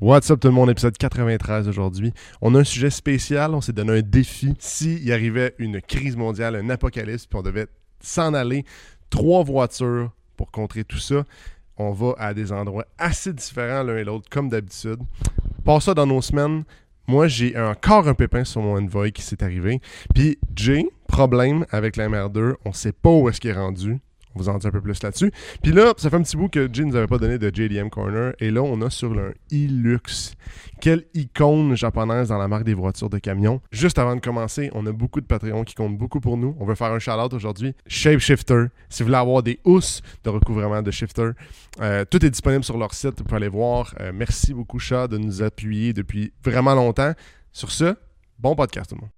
What's up tout le monde, épisode 93 aujourd'hui. On a un sujet spécial, on s'est donné un défi. S'il y arrivait une crise mondiale, un apocalypse, puis on devait s'en aller, trois voitures pour contrer tout ça, on va à des endroits assez différents l'un et l'autre, comme d'habitude. Passe ça dans nos semaines. Moi, j'ai encore un pépin sur mon Envoy qui s'est arrivé. Puis Jay, problème avec la MR2, on sait pas où est-ce qu'il est rendu. On vous en dit un peu plus là-dessus. Puis là, ça fait un petit bout que Jay nous avait pas donné de JDM Corner. Et là, on a sur le Hilux. Quelle icône japonaise dans la marque des voitures de camion. Juste avant de commencer, on a beaucoup de Patreons qui comptent beaucoup pour nous. On veut faire un shout-out aujourd'hui. Shapeshifter. Si vous voulez avoir des housses de recouvrement de shifter, euh, tout est disponible sur leur site. Vous pouvez aller voir. Euh, merci beaucoup, Chat, de nous appuyer depuis vraiment longtemps. Sur ce, bon podcast tout le monde.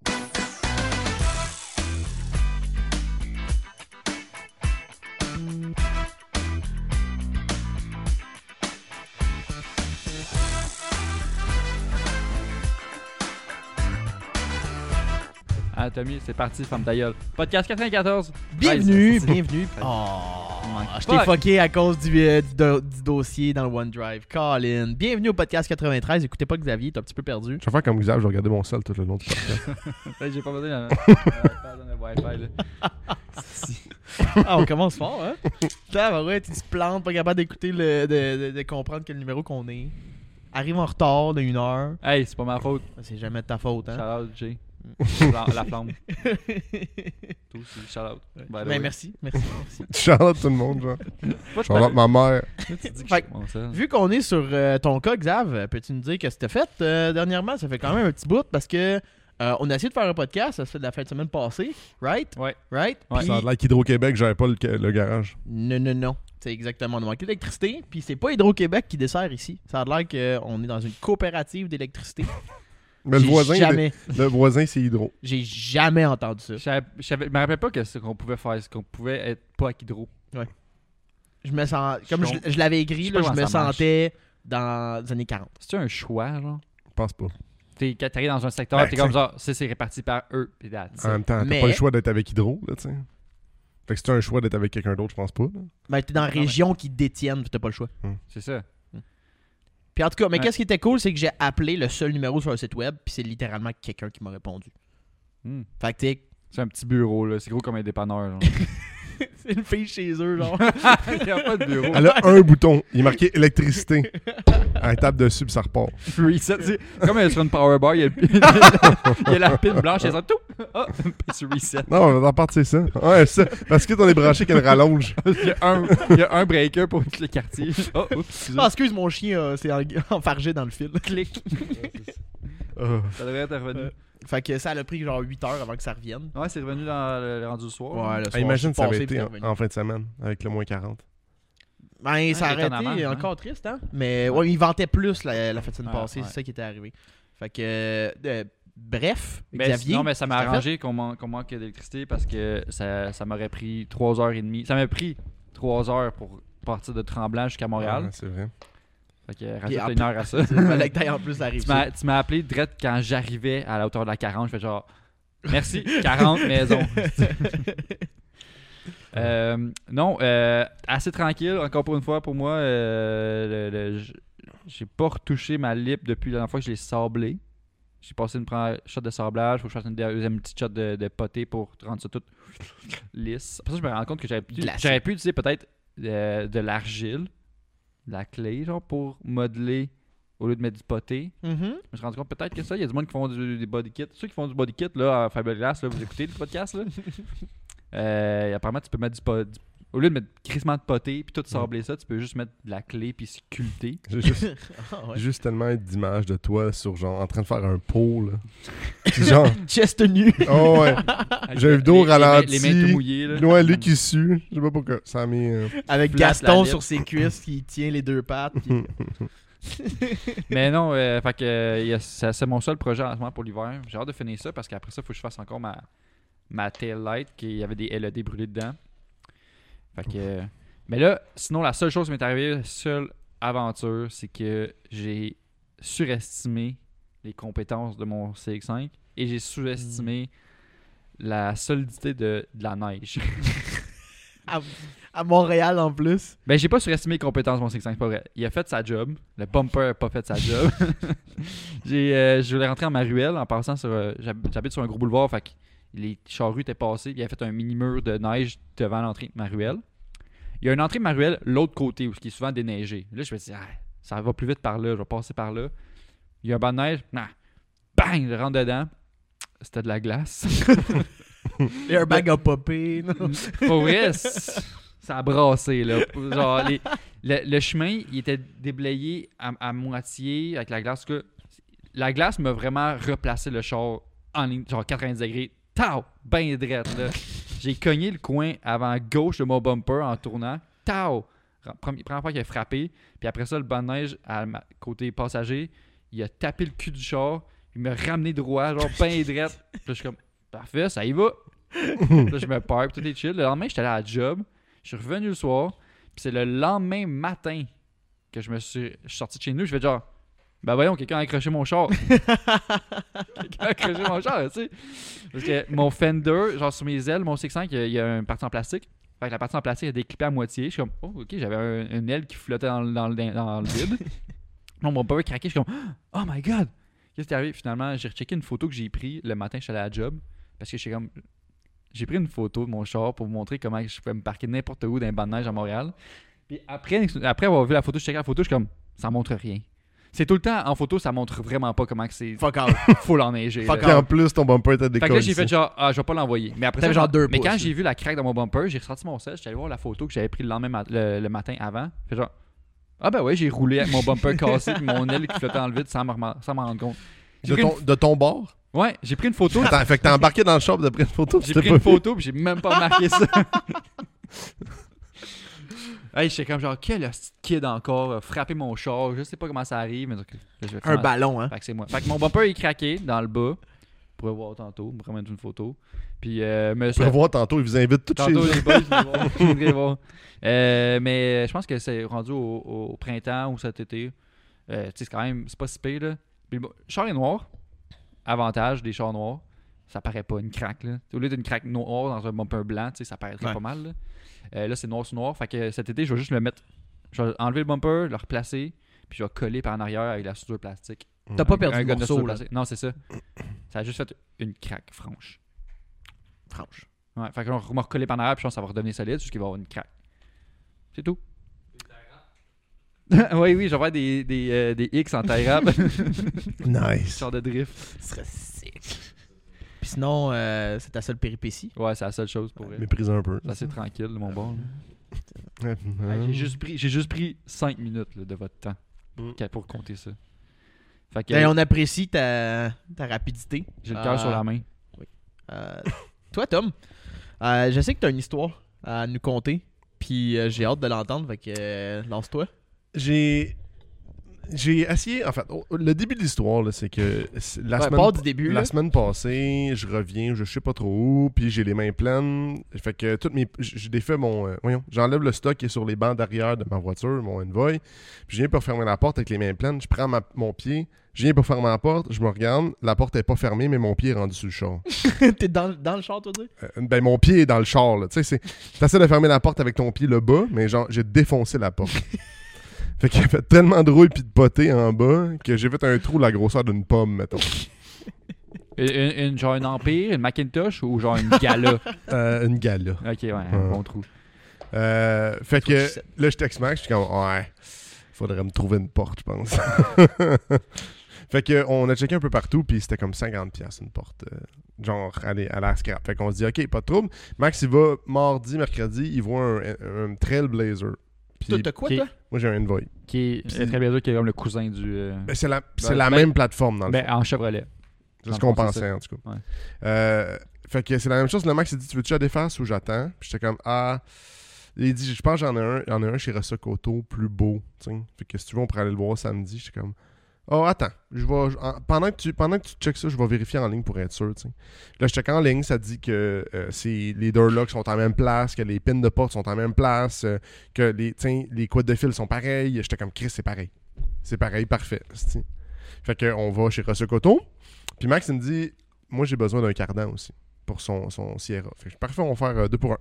Anatomie, c'est parti, femme ta gueule. Podcast 94. Bienvenue, Treize. bienvenue. Oh, je t'ai fucké à cause du, euh, du do- du dossier dans le OneDrive. Colin, bienvenue au podcast 93. Écoutez pas Xavier, t'es un petit peu perdu. Je vais faire comme Xav, je vais regarder mon sel tout le long du podcast. Hey, J'ai pas besoin d'un iPad, d'un Wi-Fi. là. Ah, on commence fort, hein? Putain, bah ouais, tu te plantes, pas capable d'écouter, le, de, de- de comprendre quel numéro qu'on est. Arrive en retard de une heure. Hey, c'est pas ma faute. C'est jamais de ta faute, hein? Shout out, Jay. Fla- La flamme. Toi aussi, shout out. By the Mais way. Ben, merci, merci, merci. Charlotte tout le monde, genre. Pas de Charlotte problème. ma mère. Tu dis que Fait je- bon, ça. Vu qu'on est sur euh, ton cas, Xav, peux-tu nous dire que c'était fait euh, dernièrement? Ça fait quand même un petit bout parce que euh, on a essayé de faire un podcast, ça se fait de la fin de semaine passée, right? Ouais. Right? Ouais. Puis- Ça a l'air qu'Hydro-Québec, j'avais pas le, le garage. Non, non, non. C'est exactement. On a manqué d'électricité, puis c'est pas Hydro-Québec qui dessert ici. Ça a l'air qu'on est dans une coopérative d'électricité. Mais le J'ai voisin, Jamais, le voisin, c'est Hydro. j'ai jamais entendu ça. Je savais- je savais- je me rappelle pas que ce qu'on pouvait faire, c'est qu'on pouvait être pas à Kidro. Je me sens. Comme Je je, je l'avais écrit, je là, sais je pas me comment ça marche. sentais dans les années 40. C'est-tu un choix, genre Je pense pas. T'es quand t'arrives dans un secteur, Ben, t'es comme genre, ça c'est réparti par eux, pis that's En it. même temps, t'as Mais- pas le choix d'être avec Hydro, là, tu sais. Fait que si t'as un choix d'être avec quelqu'un d'autre, je pense pas. là. Mais Ben, t'es dans la mais- région qui te détiennent, puis t'as pas le choix. C'est ça. Puis en tout cas, mais Ouais. qu'est-ce qui était cool, c'est que j'ai appelé le seul numéro sur le site web, puis c'est littéralement quelqu'un qui m'a répondu. Hmm. Fait que t'es- C'est un petit bureau, là. C'est gros comme un dépanneur, genre. c'est une fille chez eux, genre. Il y a pas de bureau. Elle a un bouton. Il est marqué électricité. Elle tape dessus, puis ça repart. Free set, tu sais, Comme euh, sur une power bar, il y a, il y a la pile blanche, et ça, tout. Ah, puis tu reset. Non, en part, c'est ça. Ouais, ça. Parce que t'en es branché qu'elle rallonge. Il y, a un, il y a un breaker pour tout le quartier. Oh, oups, Ah, excusez. excuse, mon chien euh, s'est en- enfargé dans le fil. Clic. Ah. Ça devrait être revenu. Fait que ça a pris genre 8 heures avant que ça revienne. Ouais, c'est revenu dans le, le rendu du soir. Ouais, le Ah, soir, imagine c'est ça avait passé, été puis en, revenu. en fin de semaine, avec le moins 40. Ben, ça Ah, aurait étonnamment, été hein. encore triste, hein? Mais ouais, il vantait plus la, la fête de Ouais, passée, ouais. c'est ça qui était arrivé. Fait que, euh, euh, bref, Mais Xavier. Non, mais ça m'a qu'est-ce que t'as arrangé qu'on man- qu'on manque d'électricité parce que ça, ça m'aurait pris 3h30. Ça m'a pris 3 heures pour partir de Tremblant jusqu'à Montréal. Ah, c'est vrai. Fait que Puis en rajoute une heure à ça. fait? Fallait que t'ailles en plus arriver. Tu m'as- tu m'as appelé direct quand j'arrivais à la hauteur de la 40. Je fais genre, merci, 40 maisons. Euh, non, euh, assez tranquille, encore pour une fois, pour moi. euh, le- le- j- j'ai pas retouché ma lip depuis la dernière fois que je l'ai sablé. J'ai passé une première shot de sablage, faut que je fasse une deuxième petite shot de, de potée pour rendre ça tout lisse. Après ça, je me rends compte que j'aurais pu, Glacé. j'aurais pu utiliser peut-être euh, de l'argile, de la clay, genre pour modeler au lieu de mettre du poté. Mhm. Je me suis rendu compte peut-être que ça, il y a du monde qui font du- des body kits. Ceux qui font du body kit, là, à Fiberglass, là, vous écoutez le podcast, là. Euh, apparemment, tu peux mettre du, po- du- Au lieu de mettre crissement de poté, puis tout sabler ça, tu peux juste mettre de la clé, puis sculpter. J'ai juste, Ah, ouais. juste tellement d'images de toi sur genre en train de faire un pot, là. Puis genre, Chest nu. oh ouais. Avec J'ai le- le dos Ah, les- les mains- ralenti. Les mains tout mouillées, là. Ouais, lui qui sue. Je sais pas pourquoi. Ça a mis. euh, Avec Flat la Gaston lip. sur ses cuisses qui tient les deux pattes. puis- Mais non, euh, fait que euh, il y a- ça- c'est mon seul projet en ce moment pour l'hiver. J'ai hâte de finir ça parce qu'après ça, il faut que je fasse encore ma, ma tail light qui avait des LED brûlés dedans. Fait que. euh, mais là, sinon, la seule chose qui m'est arrivée, la seule aventure, c'est que j'ai surestimé les compétences de mon CX5 et j'ai sous-estimé la solidité de, de la neige. à, à Montréal en plus. Ben, j'ai pas surestimé les compétences, mon 5-5, c'est pas vrai. Il a fait sa job. Le bumper a pas fait sa job. j'ai, euh, je voulais rentrer en ma ruelle en passant sur. euh, j'hab- j'habite sur un gros boulevard, fait que les charrues étaient passées. puis Il a fait un mini-mur de neige devant l'entrée de ma ruelle. Il y a une entrée de ma ruelle, l'autre côté, où ce qui est souvent déneigé. Là, je me dis, Ah, ça va plus vite par là, je vais passer par là. Il y a un banc de neige, nah. bang, je rentre dedans. C'était de la glace. L'airbag a popé. non? Pour vrai, c- ça a brassé, là. Genre, les- le, le chemin, il était déblayé à, à moitié avec la glace. Que, la glace m'a vraiment replacé le char en ligne, genre 90 degrés. Tao! Ben drette, là. J'ai cogné le coin avant gauche de mon bumper en tournant. Tao! Ra- premi- Première fois qu'il a frappé. Puis après ça, le banc de neige, à ma- côté passager, il a tapé le cul du char. Il m'a ramené droit, genre ben drette. Puis là, je suis comme, parfait, ça y va. Puis là, je me perds, puis tout est chill. Le lendemain, j'étais allé à la job. Je suis revenu le soir. Puis c'est le lendemain matin que je me suis, je suis sorti de chez nous. Je fais genre, ben voyons, quelqu'un a accroché mon char. quelqu'un a accroché mon char, tu sais. Parce que mon fender, genre sur mes ailes, mon 6.5, il y a- il y a une partie en plastique. Fait que la partie en plastique, elle est déclippée à moitié. Je suis comme, oh, ok, j'avais un- une aile qui flottait dans, le- dans, le- dans le vide. non, mon père craqué. Je suis comme, oh my god, qu'est-ce qui est arrivé? Finalement, j'ai rechecké une photo que j'ai prise le matin, je suis allé à la job. Parce que j'étais comme, j'ai pris une photo de mon char pour vous montrer comment je pouvais me parquer n'importe où dans un banc de neige à Montréal. Puis après, après avoir vu la photo, je checkais la photo, je suis comme, ça montre rien. C'est tout le temps en photo, ça montre vraiment pas comment que c'est Fuck off. full enneigé. là. Fuck Puis en plus, ton bumper était décollé. Fait que là, j'ai fait genre, ah, je vais pas l'envoyer. Mais après ça, T'avais genre deux Mais pouces, quand là. j'ai vu la craque dans mon bumper, j'ai ressorti mon sel, j'étais allé voir la photo que j'avais prise le lendemain mat- le, le matin avant. Fait genre, ah ben ouais, j'ai roulé avec mon bumper cassé, puis mon aile qui flottait dans le vide sans me remar- sans m'en rendre compte. J'ai de, pris une- ton, de ton bord? Ouais, j'ai pris une photo. Attends, fait que t'as embarqué dans le shop, t'as pris une photo? tu J'ai t'es pris pas une vu? photo, puis j'ai même pas remarqué ça. hey, j'étais comme genre, quel hostie de kid encore a frappé mon char, je sais pas comment ça arrive, mais donc, là, je vais Un faire- ballon, hein. Fait que c'est moi. Fait que mon bumper est craqué dans le bas. Vous pourrez voir tantôt, vous remettre une photo. Puis, euh, mais Vous ça- pourrez voir tantôt, ils vous invitent tout chez Tantôt, eux. les boys, je vais voir. Je voudrais voir. Euh, mais je pense que c'est rendu au, au printemps ou cet été. Euh, tu sais, c'est quand même, c'est pas si pire, là. Puis, bon, char est noir. Avantage des chars noirs. Ça paraît pas une craque, là. Au lieu d'une craque noire dans un bumper blanc, tu sais, ça paraîtrait Ouais. pas mal, là. Euh, là, c'est noir sur noir. Fait que cet été, je vais juste le mettre. Je vais enlever le bumper, le replacer, puis je vais coller par en arrière avec de la soudure plastique. T'as pas Un- perdu un de gun de morceau, soudure là. plastique. Non, c'est ça. Ça a juste fait une craque franche. Franche. Ouais, fait que là, on va recoller par en arrière, puis je pense que ça va redonner solide jusqu'à qu'il va avoir une craque. C'est tout. oui, oui, je vais faire des, des, euh, des X en taille rap, Nice. genre de drift. Ce serait sick. Puis sinon, euh, c'est ta seule péripétie. Ouais, c'est la seule chose pour elle. Méprise un peu. C'est assez tranquille, mon bon. Ouais. J'ai juste pris, j'ai juste pris 5 minutes là, de votre temps Mm. qu'à- pour compter ça. Fait que Ben, on apprécie ta, ta rapidité. j'ai le cœur Ah. sur la main. Euh, toi, Tom, euh, je sais que t'as une histoire à nous conter. Puis euh, j'ai hâte de l'entendre. Fait que euh, lance-toi. J'ai. J'ai essayé, en fait, oh, le début de l'histoire, là, c'est que c'est- la, Ouais, semaine, part du début, la là. semaine passée, je reviens, je sais pas trop où, puis j'ai les mains pleines. Fait que toutes mes. j- J'ai défait mon. euh, voyons, j'enlève le stock qui est sur les bancs d'arrière de ma voiture, mon Envoy. Puis je viens pour fermer la porte avec les mains pleines. Je prends ma- mon pied, je viens pour fermer la porte, je me regarde, la porte est pas fermée, mais mon pied est rendu sur le char. T'es dans, dans le char, toi, dire? Euh, ben, mon pied est dans le char, là. Tu sais, c'est- t'essaies de fermer la porte avec ton pied le bas, mais genre, j'ai défoncé la porte. fait qu'il y avait tellement de rouille puis de potée en bas que j'ai fait un trou de la grosseur d'une pomme, mettons. Une, une- une- genre une Empire, une Macintosh ou genre une Gala. ok, Euh, une gale, là. ouais, un Ouais. bon trou. Euh, fait Trou de que sucette. là, je texte Max, je suis comme, ouais, faudrait me trouver une porte, je pense. fait que on a checké un peu partout, puis c'était comme 50$ piastres, une porte, euh, genre à, des- à la scrap. Fait qu'on se dit, ok, pas de trouble. Max, il va mardi, mercredi, il voit un, un- un Trailblazer. Puis Toi, t'as quoi, Puis- toi? moi, j'ai un Envoy. Qui est, Puis- très bien sûr qui est comme le cousin du. euh, Ben, C'est la, c'est Ben, la ben- même plateforme, dans le ben, en Chevrolet. fond. C'est ce qu'on dans le fond, pensait, c'est en tout cas. Ouais. Euh, fait que c'est la même chose. Le mec s'est dit Tu veux-tu la défense ou j'attends Puis j'étais comme Ah. Il dit Je pense que j'en ai un, j'en ai un chez Rossa Coto, plus beau. tu sais. Fait que si tu veux, on pourrait aller le voir samedi. J'étais comme Oh, attends. Je vais, je- en- pendant, que tu, pendant que tu checkes ça, je vais vérifier en ligne pour être sûr. tu sais. Là, je check en ligne, ça dit que euh, c'est- les door locks sont en même place, que les pins de porte sont en même place, euh, que les, tu sais, les couettes de fil sont pareilles. J'étais comme Chris, c'est pareil. C'est pareil, parfait. c'ti. Fait que on va chez Rosso Coton. Puis Max, il me dit Moi, j'ai besoin d'un cardan aussi pour son, son Sierra. Fait que je- parfait, on va faire euh, deux pour un.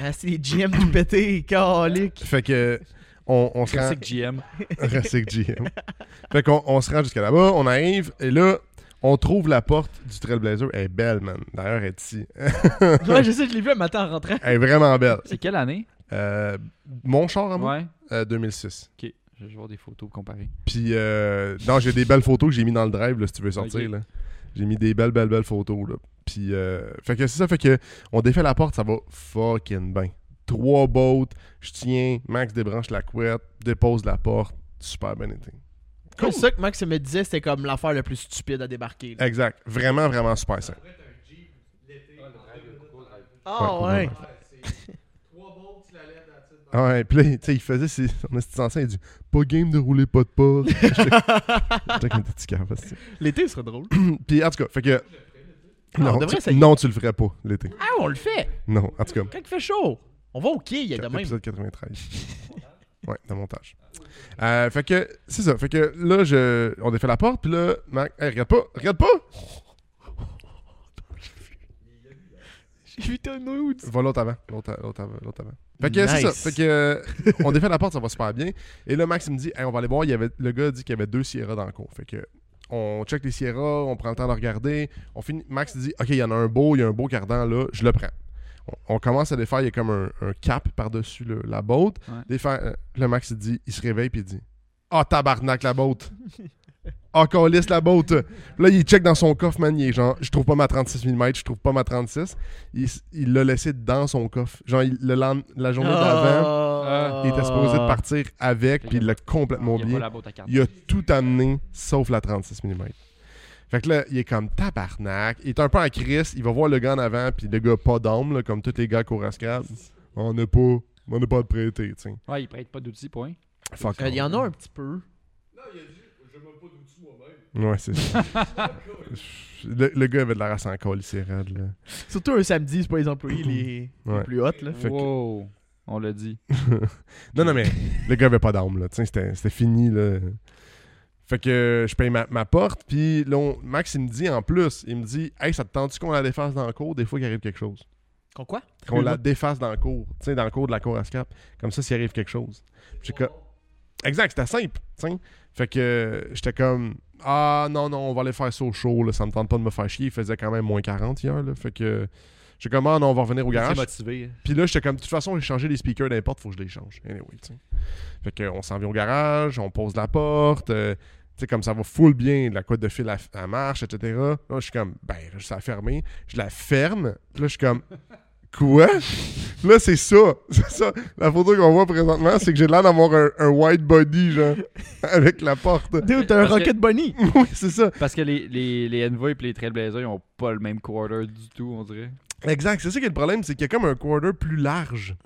Ah, c'est les GM tout pété, calique. Fait que on, on se rend. Classique GM. Classique GM. fait qu'on on se rend jusqu'à là-bas, on arrive, et là, on trouve la porte du Trailblazer. Elle est belle, man. D'ailleurs, elle est ici. ouais, je sais, je l'ai vu un matin en rentrant. Elle est vraiment belle. C'est quelle année? Euh, mon char à moi, Ouais. euh, 2006. Ok. Je vais voir des photos comparées. Puis, euh, non, j'ai des belles photos que j'ai mis dans le drive, là, si tu veux sortir. Ok. là. J'ai mis des belles, belles, belles photos. Là. Puis, euh, fait que c'est ça, fait que on défait la porte, ça va fucking bien. Trois boats, je tiens, Max débranche la couette, dépose la porte, super bien été. Cool. C'est ça que Max me disait, c'était comme l'affaire la plus stupide à débarquer. là. Exact, vraiment, vraiment super ça. Ah Ouais, ouais. Ouais, puis là, tu sais, il faisait ses... On a cette sensation, il dit « Pas game de rouler pas de porte. » J'étais comme des petits caves, c'est ça. L'été serait drôle. Puis en tout cas, fait que... Ah, on Non, devrait tu, essayer. non, tu le ferais pas l'été. Ah, on le fait. Non, en tout cas. Quand il fait chaud. On va au quai, il y a de même. Épisode 93. ouais, de montage. Euh, fait que, c'est ça. Fait que là, je, on défait la porte, puis là, Mac, hey, regarde pas, regarde pas! J'ai vu ton nude. Va l'autre avant, l'autre l'autre avant, l'autre avant. Fait que c'est ça. Nice. Fait que, euh, on défait la porte, ça va super bien. Et là, Max, il me dit, Hey, on va aller voir, il y avait, le gars a dit qu'il y avait deux Sierra dans le cours. Fait que, on check les Sierra, on prend le temps de regarder. On finit, Max dit, OK, il y en a un beau, il y a un beau cardan là, je le prends. On, on commence à défaire, il y a comme un, un cap par-dessus le- la boat. Ouais. Défaire, euh, le Max, il dit, il se réveille, puis il dit, Ah, tabarnak, la boat! Encore lisse la boat! Puis Là, il check dans son coffre, man. Il est genre, je trouve pas ma 36 mm, je trouve pas ma 36. Il s- il l'a laissé dans son coffre. Genre, il- le lend- la journée d'avant, Ah. Ah. il était supposé de partir avec, puis il l'a complètement Il y a oublié. pas la boîte à cartes. Euh, Il a tout amené, sauf la 36 mm. Fait que là, il est comme tabarnak. Il est un peu en crise. Il va voir le gars en avant, puis le gars pas d'âme, là, comme tous les gars qu'au rascal. On n'a pas, on n'a pas de prêté, tu sais. Ouais, il prête pas d'outils, point. Fuck Euh, Il y off. en a un petit peu. Ouais, c'est ça. le, le gars avait de la race en col, c'est raide, là. Surtout un samedi, c'est pas les employés les, les Ouais. plus hot là. Fait que- wow. On l'a dit. Non, non, mais le gars avait pas d'arme, là. Tu sais, C'était c'était fini, là. Fait que je paye ma, ma porte, puis là, on- Max, il me dit en plus, il me dit Hey, ça te tente-tu qu'on la défasse dans le cours Des fois, il arrive quelque chose. Qu'on quoi? Qu'on la défasse dans le cours, tu sais, dans le cours de la cour à scap. Comme ça, s'il arrive quelque chose. J'ai co- Exact, c'était simple, tu sais. Fait que euh, j'étais comme Ah, non, non, on va aller faire ça au chaud, là. Ça me tente pas de me faire chier. Il faisait quand même moins 40 hier, là. Fait que j'étais comme Ah, non, on va revenir au garage. motivé. Puis là, j'étais comme, de toute façon, j'ai changé les speakers d'importe, faut que je les change. Anyway, tu sais. Fait que, euh, on s'en vient au garage, on pose la porte, euh, tu sais, comme ça va full bien, la côte de fil à, à marche, etc. Là, je suis comme, ben, ça a fermé. Je la ferme, puis là, je suis comme, quoi? Là, c'est ça. C'est ça. La photo qu'on voit présentement, c'est que j'ai l'air d'avoir un, un white body, genre, avec la porte. Dude, t'as un Parce que- Rocket Bunny! oui, c'est ça. Parce que les, les, les Envoy et les Trailblazers, ils ont pas le même quarter du tout, on dirait. Exact. C'est ça qui est le problème, c'est qu'il y a comme un quarter plus large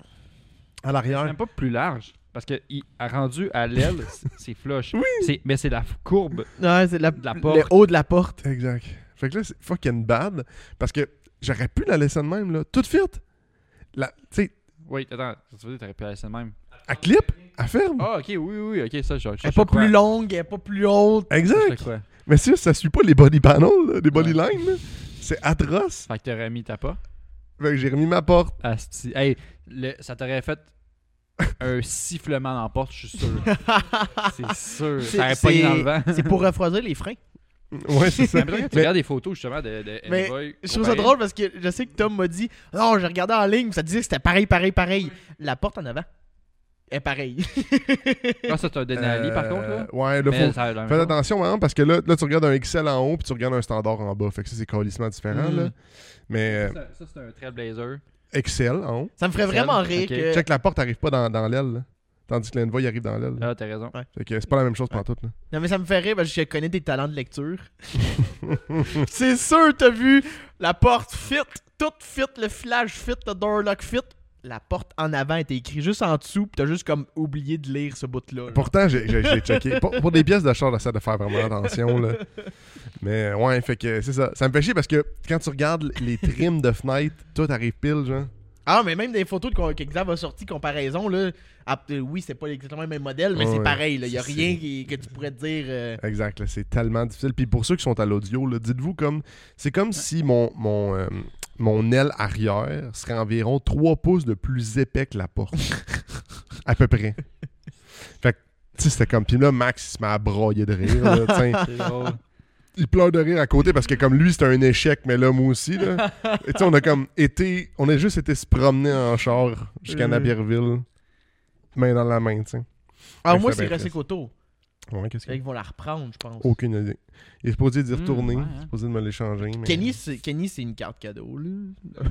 à C'est l'arrière. même pas plus large. Parce que il a rendu à l'aile, c'est- c'est flush. Oui. C'est- Mais c'est la f- courbe. Ouais, c'est de la, De la porte. le haut de la porte. Exact. Fait que là, c'est fucking bad parce que j'aurais pu la laisser de même, là, tout de suite. La, tu sais, Oui, attends, ça veut dire que t'aurais pu laisser de même. à clip, à ferme. Ah, ok, oui, oui, oui, ok, ça, je. je- Elle est je pas crois. plus longue, elle est pas plus haute. Je te Exact. crois. Mais si ça suit pas les body panels, là, les body Ouais. lines, là. c'est atroce. Fait que t'aurais mis ta pas. Fait que j'ai remis ma porte. Asti. Hey, le- ça t'aurait fait un sifflement dans la porte, je suis sûr. C'est sûr. C'est- Ça aurait pogné dans le vent. C'est pour refroidir les freins. Ouais, c'est ça. Après, tu Mais- regardes des photos justement de, de Mais Envoy Je trouve ça comparé. drôle parce que je sais que Tom m'a dit Non, j'ai regardé en ligne, ça disait que c'était pareil, pareil, pareil. La porte en avant est pareille. Ah, ça, c'est un Denali par contre. Euh, Là. Ouais, là, Mais faut. ça a l'air Faites bon. attention, par exemple, parce que là, là, tu regardes un XL en haut puis tu regardes un standard en bas. Fait que ça, c'est colissement différent, Mm. là. Mais Ça, c'est un- ça, c'est un Trailblazer. euh, XL en haut. ça me ferait Celle, vraiment rire ok. que. Check, la porte arrive pas dans, dans l'aile, là. Tandis que l'Envoy, il arrive dans l'aile. là. Ah, t'as raison. Fait que c'est pas la même chose Ouais. pantoute, là. Non, mais ça me fait rire parce que je connais des talents de lecture. c'est sûr, t'as vu la porte fit, tout fit, le filage fit, le door lock fit. La porte en avant était écrite juste en dessous, pis t'as juste comme oublié de lire ce bout-là. là. Pourtant, j'ai- j'ai j'ai checké. Pour, pour des pièces de char, j'essaie de faire vraiment attention. Là. Mais ouais, fait que c'est ça. Ça me fait chier parce que quand tu regardes les trims de fenêtre, tout arrive pile, genre. Ah, mais même des photos de qu'on- que Xav a sorti comparaison, là. ah, euh, oui, c'est pas exactement le même modèle, mais Oh, Ouais, c'est pareil, là. Y a c'est- rien qui- que tu pourrais te dire. euh, Exact, là, c'est tellement difficile. Puis pour ceux qui sont à l'audio, là, dites-vous comme. C'est comme si mon, mon, euh, mon aile arrière serait environ 3 pouces de plus épais que la porte. à peu près. Fait que, tu sais, c'était comme. Puis là, Max, il se met à broyer de rire. là, tu sais. C'est drôle. il pleure de rire à côté parce que, comme lui, c'était un échec, mais là, moi aussi. Là. Et tu sais, on a comme été. On a juste été se promener en char jusqu'à Oui. Napierville, main dans la main, tu sais. Ah, Fait que moi, c'était c'est bien resté triste. coteau. Ouais, qu'est-ce qu'il y a? Ils vont la reprendre, je pense. Aucune idée. Il est supposé d'y Hmm, Mmh, retourner, ouais, il hein. est supposé de me l'échanger. mais- Kenny, c'est Kenny, c'est une carte cadeau, là.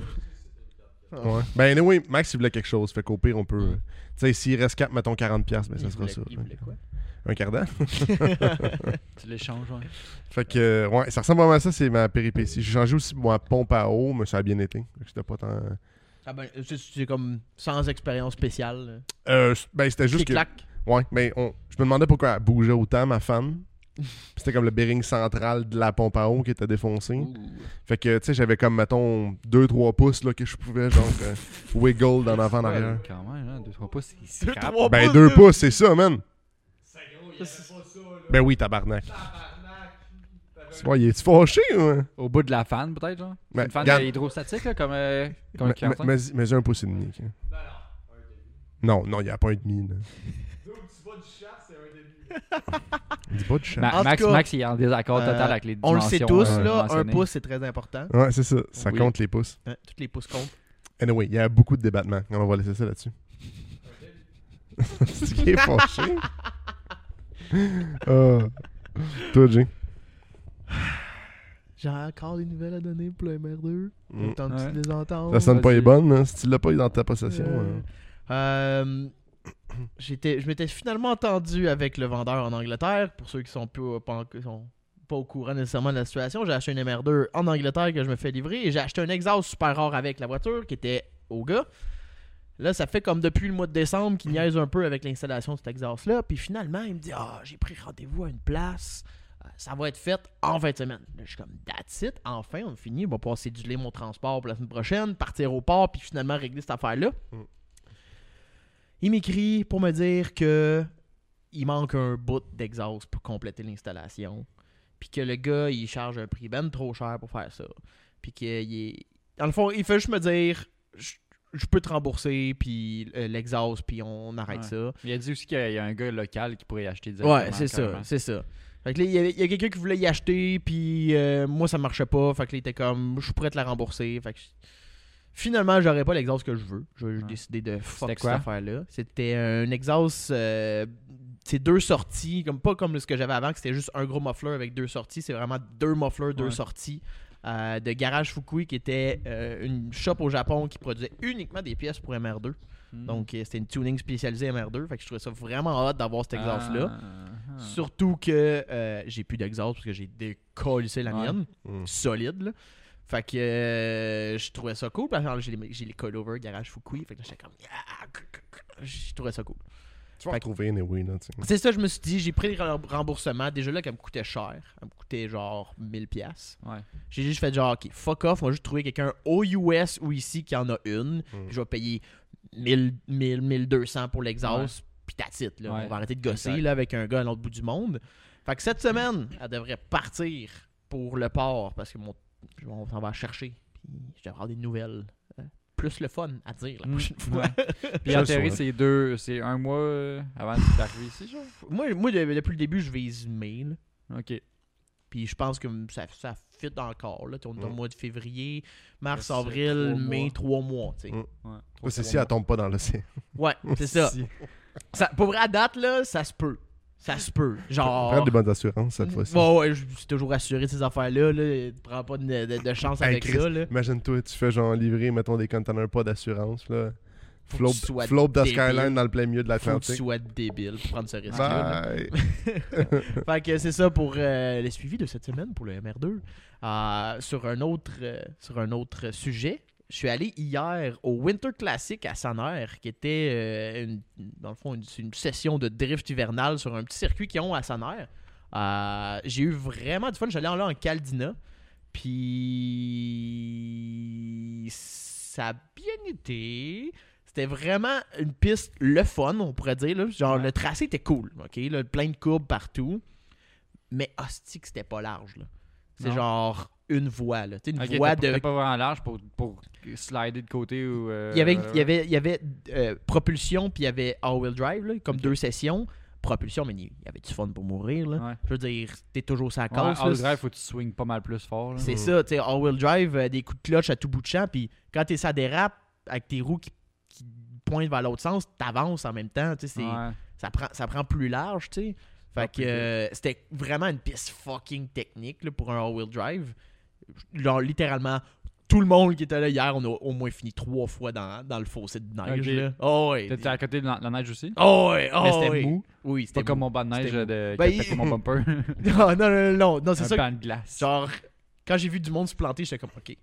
Ouais. Ben anyway, Max il voulait quelque chose, fait qu'au pire on peut. Tu sais, s'il reste 4, mettons 40$, piastres, ben ça Mmh. Il sera voulait- ça. il voulait quoi? Un quart d'heure. Tu l'échanges, ouais. Fait que euh, ouais, ça ressemble vraiment à ça, c'est ma péripétie. J'ai changé aussi ma pompe à eau, mais ça a bien été. Fait que C'était pas tant. Ah ben, c'est- c'est comme sans expérience spéciale. Euh, c- ben c'était juste Juste que. clac. Ouais, mais on... je me demandais pourquoi elle bougeait autant ma femme. C'était comme le bearing central de la pompe à eau qui était défoncé. Fait que tu sais, j'avais comme mettons 2-3 pouces là que je pouvais genre euh, wiggle d'en avant en arrière. Quand même, hein, 2-3 pouces, il se Deux, frappe. trois Ben pouces, deux là. pouces, c'est ça, man. Ben oui, tabarnak. C'est quoi, il est fâché ou? hein? Au bout de la fan, peut-être, genre. Mais, une fan regarde, hydrostatique, là, comme, euh, comme mais- un 45. mais- mais- mais un pouce et demi. ok. Non, non, il n'y a pas un demi. Là. Dis pas du chat. Ma- En Max, tout cas, Max, il est en désaccord euh, total avec les On le sait dimensions, tous, euh, là, un mentionnées. pouce, c'est très important. Ouais, c'est ça. Ça Oui. compte les pouces. Hein, toutes les pouces comptent. Anyway, il y a beaucoup de débattements. On va laisser ça là-dessus. c'est ce qui est fâché. Ah. Toi, Jay. J'ai encore des nouvelles à donner pour le MR2. Mm. Tant Ouais. de les entendre. Ça sonne pas vas-y. les bonnes, hein, si tu l'as pas dans ta possession. Euh, hein. euh, j'étais, je m'étais finalement entendu avec le vendeur en Angleterre. Pour ceux qui sont plus- pas, en- qui sont pas au courant nécessairement de la situation, j'ai acheté une MR2 en Angleterre que je me fais livrer et j'ai acheté un exhaust super rare avec la voiture qui était au gars. Là, ça fait comme depuis le mois de décembre qu'il niaise un peu avec l'installation de cet exhaust-là. Puis finalement, il me dit Ah, j'ai pris rendez-vous à une place. Euh, Ça va être fait en 20 semaines. Là, je suis comme That's it. Enfin, on finit. On va passer du lait mon transport pour la semaine prochaine, partir au port, puis finalement régler cette affaire-là. Il m'écrit pour me dire que il manque un bout d'exhaust pour compléter l'installation. Puis que le gars, il charge un prix ben trop cher pour faire ça. Puis qu'il est... Dans le fond, il fait juste me dire je je peux te rembourser, puis euh, l'exhaust, puis on arrête Ouais. ça. Il a dit aussi qu'il y a un gars local qui pourrait acheter directement. Ouais, c'est ça, carrément. c'est ça. Fait que là, il y a, il y a quelqu'un qui voulait y acheter, puis euh, moi, ça marchait pas. Fait que là, il était comme, je suis prêt à te la rembourser. Fait que je- finalement, j'aurais pas l'exhaust que je veux. J'ai j'ai Ouais. décidé de fuck C'était cette quoi? affaire-là. C'était un exhaust, euh, c'est deux sorties, comme pas comme ce que j'avais avant, que c'était juste un gros muffler avec deux sorties. C'est vraiment deux mufflers, deux Ouais. sorties. euh, de Garage Fukui qui était euh, une shop au Japon qui produisait uniquement des pièces pour MR2 Hmm. donc euh, c'était une tuning spécialisée MR2 fait que je trouvais ça vraiment hot d'avoir cet exhaust là Ah, ah. Surtout que euh, j'ai plus d'exhaust parce que j'ai décollissé la ah, Ouais. mienne. Mm. Solide, là. Fait que euh, je trouvais ça cool. Parce que alors, j'ai les, j'ai les coilovers Garage Fukui. Fait que là, j'étais comme. Ah, cou- cou- cou- Je trouvais ça cool. Tu vas Fait- retrouver anyway, là, tu sais. C'est ça, je me suis dit, j'ai pris le rem- remboursement. Déjà là, qu'elle me coûtait cher. Elle me coûtait genre 1000$. piastres. Ouais. J'ai juste fait genre, ok, fuck off. Moi, je vais juste trouver quelqu'un aux US ou ici qui en a une. Mm. Je vais payer 1000, 1000 1200 pour l'exhaust, puis that's it, là. Ouais. On va arrêter de gosser Exact. là, avec un gars à l'autre bout du monde. Fait que cette semaine, elle devrait partir pour le port parce que mon, je- on s'en va chercher. Puis je devrais avoir des nouvelles. euh, Plus le fun à dire la Mm, prochaine fois. Puis Je en le saurais. théorie, c'est deux, c'est un mois euh, avant d'arriver ici, genre. moi, moi, de- depuis le début, je vise mai. là. Ok. Puis je pense que ça, ça fit encore. Là. On est au Mm. mois de février, mars, Ça, c'est avril, trois mai, mois. trois mois. tu sais. Mm. Ouais. Ouais, c'est si elle tombe pas dans l'océan. Ouais, c'est ça. Si. ça. Pour vrai, à date, là, ça se peut. Ça se peut. Genre. Prends des bonnes assurances cette fois-ci. Ouais, ouais, je suis toujours assuré de ces affaires-là. Là. Prends pas de, de- de chance Hey, avec Chris, ça. Là. Imagine-toi, tu fais genre livrer, mettons, des containers pas d'assurance, là. Faut que Float tu sois float de débile. Skyline dans le plein milieu de Faut que tu l'Atlantique. sois débile pour prendre ce risque-là. Bye! fait que c'est ça pour euh, le suivi de cette semaine pour le MR2. Euh, sur, un autre, euh, sur un autre sujet, je suis allé hier au Winter Classic à Sanner, qui était, euh, une- dans le fond, une, une session de drift hivernal sur un petit circuit qu'ils ont à Sanner. Euh, J'ai eu vraiment du fun. J'allais en là en Caldina. Puis ça a bien été. C'était vraiment une piste le fun, on pourrait dire. là. Genre, Ouais. le tracé était cool. OK? Là, plein de courbes partout. Mais hostie que c'était pas large. là. C'est Non. genre une voie, là. Tu sais, une Ok, voie t'as- de t'as pas vraiment large pour, pour slider de côté ou. euh, Il y avait, il y whatever. avait, il y avait euh, propulsion, puis il y avait all-wheel drive, là, comme Ok. deux sessions. Propulsion, mais il y avait du fun pour mourir. Là. Ouais. Je veux dire, t'es toujours sa Ouais, casse. all là. drive, faut que tu swings pas mal plus fort. là. C'est Mm. ça, tu sais, all-wheel drive, euh, des coups de clutch à tout bout de champ, puis quand t'es ça dérape, avec tes roues qui, qui pointent vers l'autre sens, t'avances en même temps, tu sais, c'est- Ouais. ça, prend, ça prend plus large, tu sais. Ah, Fait que plus euh, c'était vraiment une piste fucking technique là, pour un all-wheel drive. Genre, littéralement, tout le monde qui était là hier, on a au moins fini trois fois dans, dans le fossé de neige. Ok. Là. Oh, ouais. T'étais à côté de la, la neige aussi? Oh, ouais, oh, mais c'était ouais. mou. Oui, C'était c'était pas comme mon banc de neige C'était mou. de, Ben, qui a il- fait mon bumper. Non, non, non, non, non, c'est un ça. que- banc de glace. Genre, quand j'ai vu du monde se planter, j'étais comme, ok,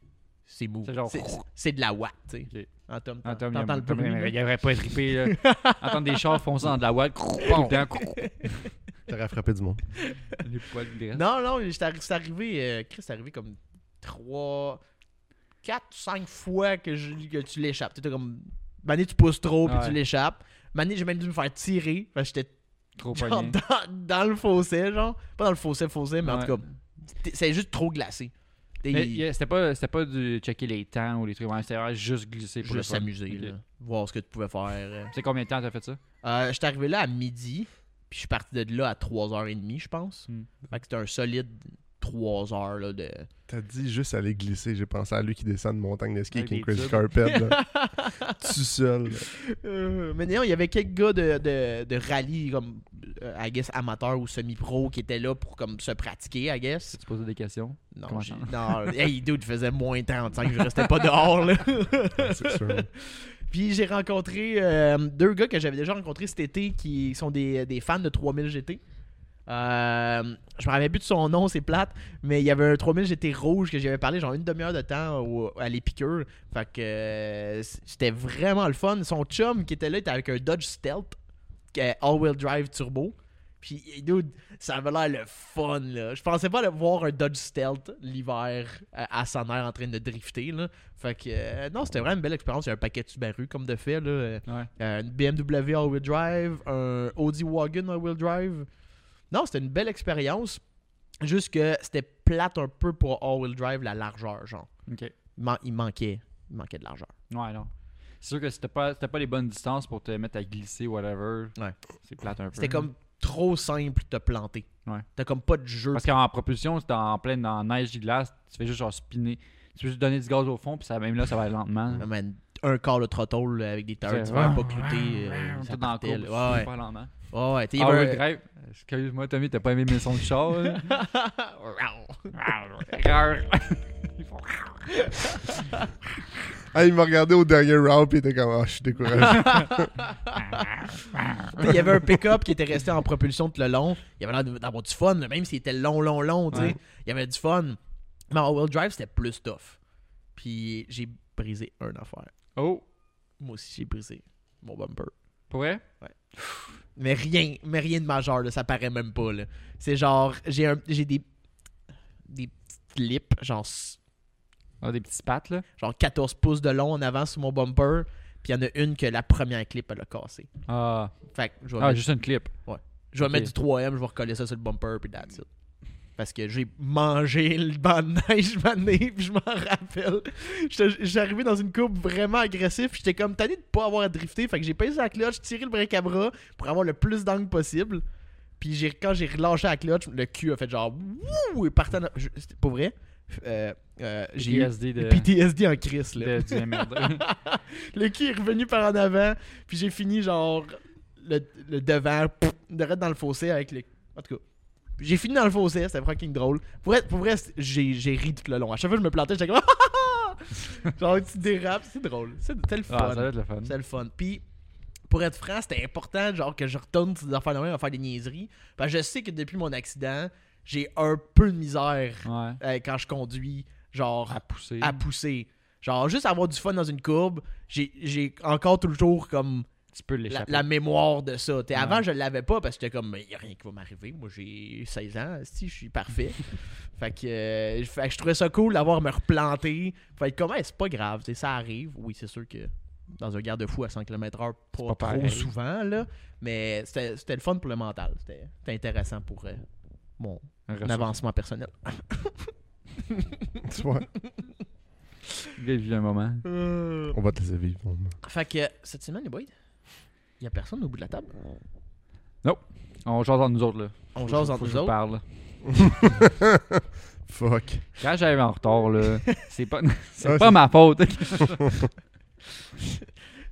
c'est mou. C'est genre- C'est- C'est de la watt, tu sais. Ok. En tom, Ah, Tom, t'entends le Tom, bruit. il là. aurait pas trippé. là. euh, Entendre des chars foncer dans de la ouate, crou, tout le temps, crou, T'aurais frappé du monde. les poils glissent. Non, non, c'est arri- c'est arrivé, euh, Chris, c'est arrivé comme 3, 4, 5 fois que, je, que tu l'échappes. Tu sais, t'as comme, mané, tu pousses trop, puis Ouais. tu l'échappes. Mané, j'ai même dû me faire tirer, parce que j'étais Trop genre pogné. dans, dans le fossé, genre. Pas dans le fossé, fossé, mais en Ouais. tout cas, t'es- c'est juste trop glacé. T'es- Mais il y a- C'était pas, c'était pas du checker les temps ou les trucs. ouais, C'était vraiment juste glisser pour le Juste fun. s'amuser, Ok. là, voir ce que tu pouvais faire. euh. C'est combien de temps t'as fait ça? Euh, j'étais arrivé là à midi, puis je suis parti de là à 3h30, je pense. Hmm. Fait que c'était un solide 3 heures là, de. T'as dit juste aller glisser. J'ai pensé à lui qui descend de montagne de ski Avec avec une des crazy tubes. carpet. là. Tout seul. là. Euh, mais non, il y avait quelques gars de, de, de rallye, comme, euh, I guess, amateur ou semi-pro qui étaient là pour comme, se pratiquer, I guess. Tu posais des questions? Non, Comment j'ai- ça? non hey, dude, il faisait moins 35, je restais pas dehors, là. Ouais, C'est sûr. Puis j'ai rencontré euh, deux gars que j'avais déjà rencontrés cet été qui sont des, des fans de 3000 GT. Euh, je me rappelle plus de son nom, c'est plate, mais il y avait un 3000 GT rouge que j'avais parlé genre une demi-heure de temps au- à l'épicure. Fait que euh, c'était vraiment le fun. Son chum qui était là était avec un Dodge Stealth, qui est all-wheel drive turbo. Puis, dude, ça avait l'air le fun, là. Je pensais pas le voir un Dodge Stealth l'hiver euh, à Sanner en train de drifter, là. Fait que, euh, non, c'était vraiment une belle expérience. Il y a un paquet de Subaru, comme de fait, là. Euh, Ouais. une BMW all-wheel drive, un Audi Wagon all-wheel drive. Non, c'était une belle expérience. Juste que c'était plate un peu pour all-wheel drive, la largeur, genre. Ok. Ouais, Il, man- il manquait, il manquait de largeur. non. C'est sûr que c'était pas, c'était pas les bonnes distances pour te mettre à glisser, whatever. Ouais. C'est plate un peu. C'était comme trop simple de te planter. Mhm. Ouais. T'as comme pas de jeu. Parce qu'en propulsion, c'était en pleine en neige et glace, tu fais juste genre spinner. Tu fais juste donner du gaz au fond, puis ça, même là, ça va aller lentement. Ah, man, un quart de trottoir là, avec des C'est tires différents, vrai. pas cloutés. euh, ça Tout dans la partait, courbe, là. Ouais, ouais. super lentement. Ouais, ouais, t'sais, il y Ah avait ouais, grave. Excuse-moi, Tommy, t'as pas aimé mes sons de char. là? un- Ils font- Ah, il m'a regardé au dernier round puis il était comme Ah, je suis découragé. Il y avait un pick-up qui était resté en propulsion tout le long. Il y avait l'air de- d'avoir du fun, là, même s'il était long, long, long, tu sais. Ouais. Il y avait du fun. Mais en all-wheel drive, c'était plus tough. Puis j'ai brisé un affaire. Oh, Moi aussi, j'ai brisé mon bumper. pour vrai? Mais rien, mais rien de majeur, là, ça paraît même pas. là. C'est genre, j'ai un- j'ai des, des petites lips, genre Ah, des petits pattes, là. genre 14 pouces de long en avant sur mon bumper. Puis il y en a une que la première clip, elle a cassé. Ah, Fait que je vais, ah mettre, juste une clip. je vais ok. mettre du 3M, je vais recoller ça sur le bumper, puis that's it. Parce que j'ai mangé le banc de neige, mané, puis je m'en rappelle. J'étais- J'étais arrivé dans une courbe vraiment agressive, puis j'étais comme tanné de pas avoir à drifter. Fait que j'ai pèsé la clutch, tiré le break à bras pour avoir le plus d'angle possible. Puis j'ai- quand j'ai relâché la clutch, le cul a fait genre wouh, et partant. dans- je- C'était pas vrai. Euh, euh, j'ai eu PSD de, PTSD en crise, là. de, du merde. le cul est revenu par en avant, puis j'ai fini genre le, le devant, pouf, direct dans le fossé avec le. En tout cas, j'ai fini dans le fossé, c'était fucking drôle. Pour vrai, pour vrai c'est- j'ai, j'ai ri tout le long. À chaque fois que je me plantais, j'étais comme. genre, tu dérapes, c'est drôle. C'est, c'était le fun. Ah, ça va être le fun. C'était le fun. Puis, pour être franc, c'était important genre que je retourne sur des affaires de même à faire des niaiseries. Parce que je sais que depuis mon accident, j'ai un peu de misère Ouais. euh, quand je conduis. Genre, À pousser. à pousser. Genre, juste avoir du fun dans une courbe, j'ai- j'ai encore toujours comme Tu peux la, l'échapper. la mémoire de ça. T'sais, Avant, Ouais. je l'avais pas parce que j'étais comme, il a rien qui va m'arriver. Moi, j'ai 16 ans, si je suis parfait. fait, que, euh, fait que je trouvais ça cool d'avoir me replanter. Fait que, comme, Hey, c'est pas grave, t'sais, ça arrive. Oui, c'est sûr que dans un garde-fou à 100 km/h, pas, pas trop pareil. souvent, là. Mais c'était c'était le fun pour le mental. C'était c'était intéressant pour euh, mon Un ressource. avancement personnel. Tu vois, Le gars, il vit un moment. Euh, on va te laisser vivre. Fait que cette semaine, les boys, il y a personne au bout de la table. On jase entre nous autres, là. On jase Faut entre que nous je vous autres. parle. Fuck. Quand j'arrive en retard, là, c'est pas, c'est Ah, pas c'est- ma faute. J'étais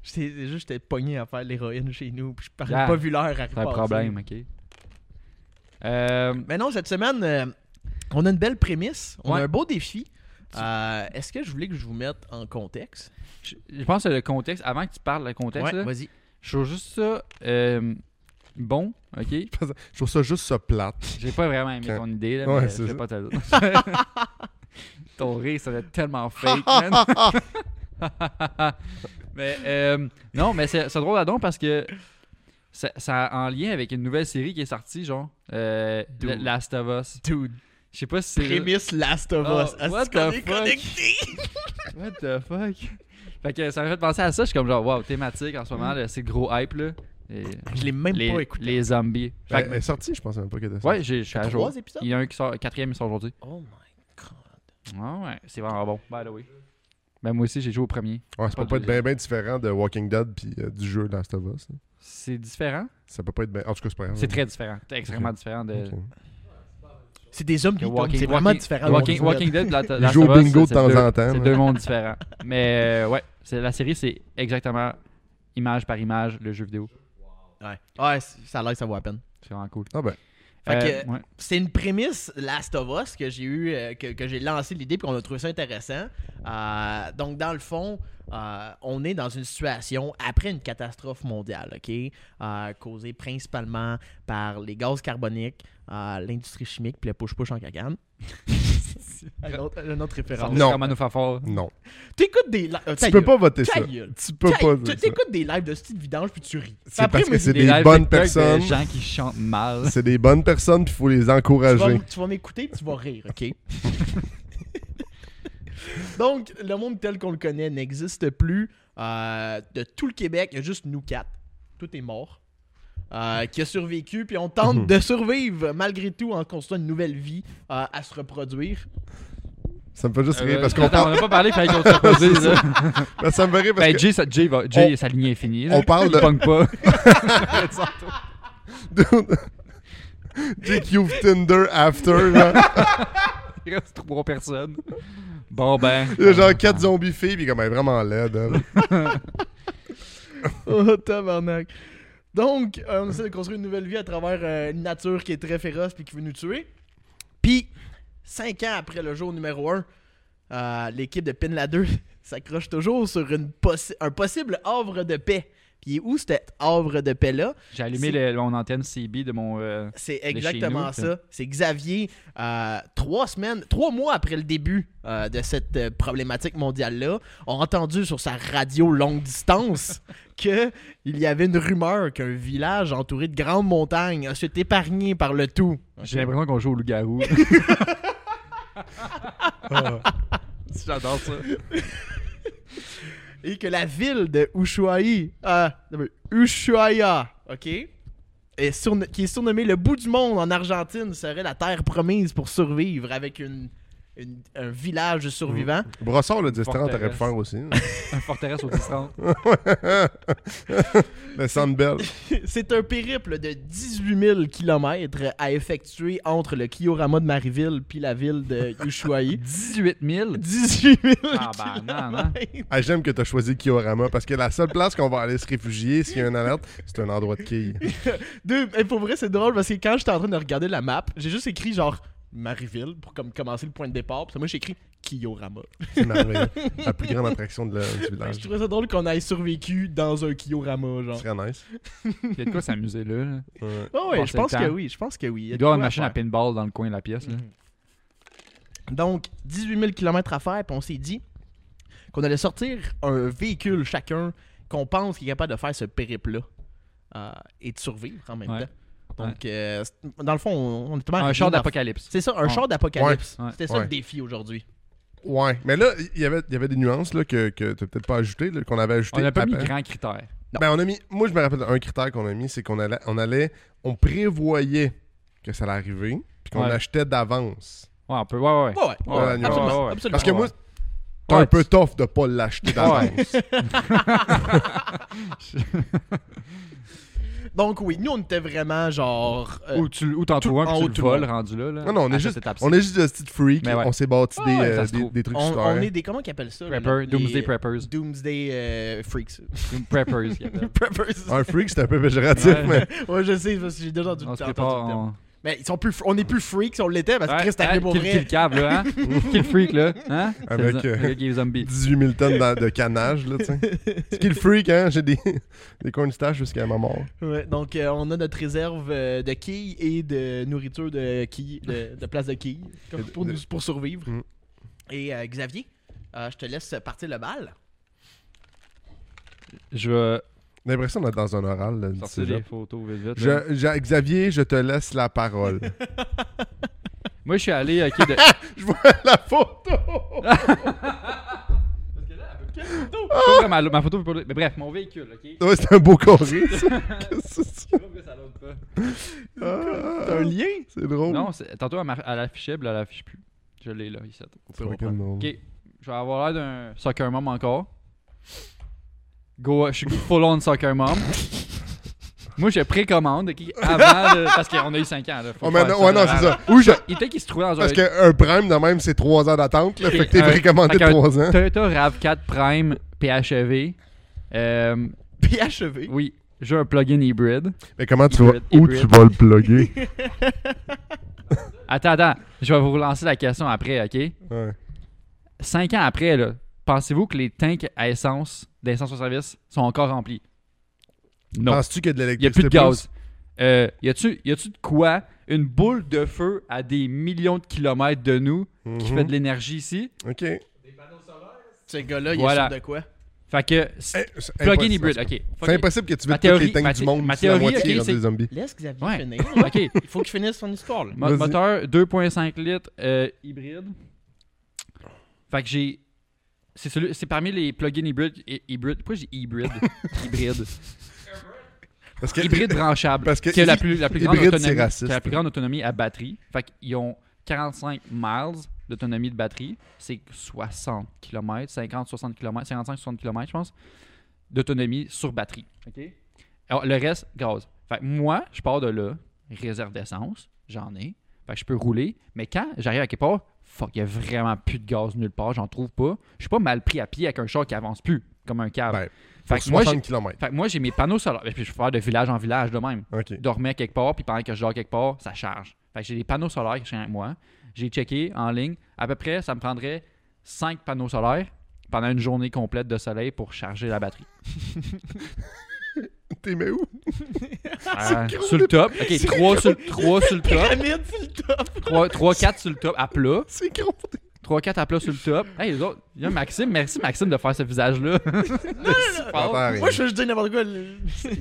c'est juste j'étais pogné à faire l'héroïne chez nous, puis je parlais Ah, pas vu l'heure arriver. C'est un problème, ok. Euh, Mais non, cette semaine, euh, on a une belle prémisse, on Ouais. a un beau défi. Euh, Est-ce que je voulais que je vous mette en contexte je je pense que le contexte, avant que tu parles le contexte, là, vas-y. je trouve juste ça euh, bon, ok. Je trouve ça juste ça plate. J'ai pas vraiment aimé ton idée, là, Ouais, mais c'est je vais ça. pas te le dire. ton rire, ça va être tellement fake, man. mais euh, non, mais c'est c'est drôle à don parce que ça, ça a en lien avec une nouvelle série qui est sortie, genre euh, Dude. La- Last of Us. Dude, Je sais pas si c'est. prémisse Last of Oh, Us. Est-ce what qu'on the est fuck? connectés? What the fuck? Fait que ça m'a fait penser à ça, je suis comme genre, wow, thématique en ce moment, là, c'est le gros hype, là. Et Je l'ai même les, pas écouté. les zombies. Fait Ben, Elle que- elle est sortie, je pense même pas qu'elle était sortie. ouais, j'ai- je suis à jour. Trois épisodes? Il y en a un qui sort, le quatrième, il sort aujourd'hui. Oh my god. Ah ouais, c'est vraiment bon. By the way. Ben moi aussi, j'ai joué au premier. Ouais, ça peut pas être bien ben différent de Walking Dead puis euh, du jeu Last of Us. là. C'est différent. Ça peut pas être bien. En tout cas, c'est pas grave. C'est très différent. C'est extrêmement différent de. Ok. C'est des zombies, que Tom, Walking, c'est vraiment Walking- différent. Walking, de Walking Walking Dead, la, la Il joue au Last of Us, bingo de c'est temps deux- en temps, C'est là. deux mondes différents. Mais euh, ouais, c'est- la série, c'est exactement image par image le jeu vidéo. Dead. Ouais, ouais c- ça a l'air que ça vaut à peine. C'est vraiment cool. Euh, Ah ben, Fait que- ouais. C'est une prémisse Last of Us que j'ai eu, euh, que, que j'ai lancé l'idée puis qu'on a trouvé ça intéressant. Euh, donc dans le fond, euh, on est dans une situation après une catastrophe mondiale, ok, Euh, causée principalement par les gaz carboniques, euh, l'industrie chimique puis le push-push en cagane. un autre, un autre référence. Non. Comment nous faire fort. non. T'écoutes des lives. Tu peux pas voter ça. Ta gueule. Tu peux Ta- pas tu- dire ça. T'écoutes des lives de style vidange puis tu ris. C'est parce que c'est Des des lives bonnes TikTok de personnes. gens qui chantent mal. C'est des bonnes personnes, puis il faut les tu vas, encourager. tu vas m'écouter puis tu vas rire, OK? Donc, le monde tel qu'on le connaît n'existe plus. Euh, de tout le Québec, il y a juste nous quatre. Tout est mort. Euh, qui a survécu, puis on tente de survivre malgré tout en construisant une nouvelle vie euh, à se reproduire. Ça me fait juste rire Euh, parce qu'on attends, parle. on a pas parlé, fallait qu'on se reposait, là. parce que Ça me fait rire parce Ben, que Jay, sa, Jay va- Jay, sa ligne est finie. là. on parle Il de- pogne pas. Dude. Jake You've Tinder after. Là. Il reste trois personnes. Bon, ben. Il y a genre quatre zombies filles, puis comme elle est vraiment laide. elle. Oh, tabarnak. Donc, euh, on essaie de construire une nouvelle vie à travers euh, une nature qui est très féroce puis qui veut nous tuer. Puis, cinq ans après le jour numéro 1, l'équipe de Pin Ladder s'accroche toujours sur une possi- un possible havre de paix. Puis, où cet havre de paix-là? J'ai allumé le- mon antenne CB de mon. euh, C'est chez exactement nous, ça. C'est Xavier, euh, trois semaines, trois mois après le début euh, de cette euh, problématique mondiale-là, a entendu sur sa radio longue distance que il y avait une rumeur qu'un village entouré de grandes montagnes s'est épargné par le tout. J'ai l'impression qu'on joue au loup-garou. Ah. J'adore ça. Et que la ville de Ushuaï, euh, Ushuaïa, OK, est surn- qui est surnommée le bout du monde en Argentine, serait la terre promise pour survivre avec une- une- un village de survivants. Brossard le 10-30 aurait pu Forteresse. faire aussi. Un forteresse au 10-30. le Sandbell. C'est un périple de 18 000 km à effectuer entre le Kiorama de Marieville puis la ville de Ushuaï. 18 000. 18 000 Ah, bah, non, non. kilomètres. Ah, J'aime que tu as choisi Kiorama parce que la seule place qu'on va aller se réfugier s'il y a une alerte, c'est un endroit de quille. Dude, hey, pour vrai, c'est drôle parce que quand j'étais en train de regarder la map, j'ai juste écrit genre Marieville pour comme commencer le point de départ. Puis moi, j'ai écrit Kiorama. C'est merveilleux. La plus grande attraction de la- du Ben, Fait que Je village. trouvais ça drôle qu'on ait survécu dans un Kiorama, genre. C'est très nice. Il y a de quoi s'amuser là. là. Ouais. Ah ouais, Passer je pense le temps. que oui, je pense que oui. y a Il de doit avoir une quoi machine à faire. pinball dans le coin de la pièce. Là. Donc, 18 000 km à faire, puis on s'est dit qu'on allait sortir un véhicule chacun qu'on pense qu'il est capable de faire ce périple-là euh, et de survivre en même Ouais. temps. Donc, euh, c'est- dans le fond, on, on est tellement Un arrivé char dans- d'apocalypse. C'est ça, un Ouais. char d'apocalypse. Ouais. C'était ça Ouais. le défi aujourd'hui. Ouais. Mais là, il y avait- il y avait des nuances là, que, que tu peut-être pas ajoutées, là, qu'on avait ajoutées. On a pas mis après. grand critère. Ben, on a mis, moi, je me rappelle un critère qu'on a mis, c'est qu'on allait, on allait, on prévoyait que ça allait arriver, puis qu'on Ouais. achetait d'avance. Ouais, on peut. Ouais, ouais. ouais. Ouais, ouais. Ouais, l'annuaire. absolument, Ouais, ouais. absolument. Parce que Ouais. moi, t'es un Ouais. peu tough de pas l'acheter d'avance. Donc oui, nous on était vraiment genre. euh, Ou tu ou t'en tout- trouves un en puis haut, tu tout le le voles monde. rendu là. là Non, non, on à est cette juste, étape-ci. on est juste des petites freaks. Ah, Mais ouais. On s'est bâti Ah des, ouais, ça euh, se des, trouve. des trucs on, sur on Terre. est des. Comment qu'ils appellent ça là, Prepper, les- Doomsday Preppers. Doomsday euh, Freaks. Doom Preppers, il y a- Preppers. Un freak, c'est un peu péjoratif, Ouais. mais ouais, je sais, parce que j'ai déjà entendu On se entendu prépare. le terme. on- Mais ils sont plus, on est plus freaks, on l'était, parce que Ouais, Chris, t'as hein, arrivé pour kill, vrai. kill Cab, là, hein? kill Freak, là. Hein? Avec, C'est euh, le- le gars qui est zombie. 18 000 tonnes dans- de canage, là, tu sais. Ce qui est le freak, hein, j'ai des, des cornstaches jusqu'à ma mort. Ouais, donc, euh, on a notre réserve euh, de quilles et de nourriture de quilles, de, de place de quilles, comme Et de- pour, de- nous- pour survivre. Mm. Et euh, Xavier, euh, je te laisse partir le bal. Je vais J'ai l'impression d'être dans un oral, là, du sortir cégep. des photos vite vite. là. Je- je- Xavier, je te laisse la parole. Moi, je suis allé. euh, ok, de- je vois la photo! Pas Ah! vraiment, là, ma photo peut pas. Mais bref, mon véhicule, ok? Ouais, c'est un beau carré, ça. Qu'est-ce que c'est? Je sais pas pourquoi ça l'autre pas. Ah, lien? c'est drôle. Non, c'est- tantôt, elle m'a- elle l'affichait, puis là, elle l'affiche plus. Je l'ai là, ici. Au c'est pire, on fucking prend. drôle. Ok, je vais avoir l'air d'un soccer mom encore. Go, je suis full on soccer mom. Moi, je précommande ok, avant, de- parce qu'on a eu 5 ans. Là, faut Oh, mais faire non, ouais, non, là. c'est ça. Ou je- Il était qu'il se trouvait dans un. Parce qu'un prime de même, c'est 3 ans d'attente, là. Fait que t'es Ouais. précommandé Fait qu'un 3 ans. Toyota RAV4 Prime PHEV. Euh, Puis achevé. oui, j'ai un plugin hybride. Mais comment tu vas. Hybrid, Où hybrid. tu vas le plugger? Attends, attends, je vais vous relancer la question après, ok? Ouais. Cinq ans après, là, pensez-vous que les tanks à essence d'essence au service sont encore remplis? Non. Penses-tu qu'il y a de Il n'y a plus l'électricité? de gaz. Euh, y a-tu y a-tu de quoi une boule de feu à des millions de kilomètres de nous plus? qui fait de l'énergie ici? Mhm. Ok. Eh, Ce gars-là, il Voilà. est sûr de quoi? Fait que. c'est- c'est Plugin Eh, impossible. hybride, ok. Fuck C'est it. impossible que tu Ma veux toutes les théorie- ma tanks du thé- monde. ma Ma théorie, théorie, la moitié ok, rendu c'est- des zombies. Laisse Xavier Ouais. finir. Ok, Il faut qu'il finisse son histoire. là. Mo- Vas-y. moteur 2.5 litres euh, hybride. Fait que j'ai. C'est celui- c'est parmi les plugins hybrides. hy- hybrides. Pourquoi j'ai hybride Hybride. Parce que hybride branchable. Parce que qui a la hy- plus, la plus grande hybride, c'est autonomie, raciste. qui a la plus grande autonomie à batterie. Fait qu'ils ont 45 miles d'autonomie de batterie. C'est 60 km, 50, 60 km, 55, 60 km, je pense, d'autonomie sur batterie. OK? Alors, le reste, gaz. Fait que moi, je pars de là, réserve d'essence, j'en ai. Fait que je peux rouler. Mais quand j'arrive à quelque part, fuck, il n'y a vraiment plus de gaz nulle part, j'en trouve pas. Je suis pas mal pris à pied avec un char qui avance plus, comme un câble. Ben, fait, que moi, j'ai- 60 km. fait que moi, j'ai mes panneaux solaires. Puis je peux faire de village en village de même Ok. dormais quelque part, puis pendant que je dors quelque part, ça charge. Fait que j'ai des panneaux solaires qui sont avec moi. J'ai checké en ligne. À peu près, ça me prendrait 5 panneaux solaires pendant une journée complète de soleil pour charger la batterie. T'es mais où? Euh, sur le top. OK, 3 sur, trois sur le top. Pyramide, c'est le top. 3, 4 sur le top à plat. C'est gros. 3, 4 à plat sur le top. Hey, les autres, il y a Maxime. Merci, Maxime, de faire ce visage-là. T'entends rien. Moi, je veux juste dire n'importe quoi. là.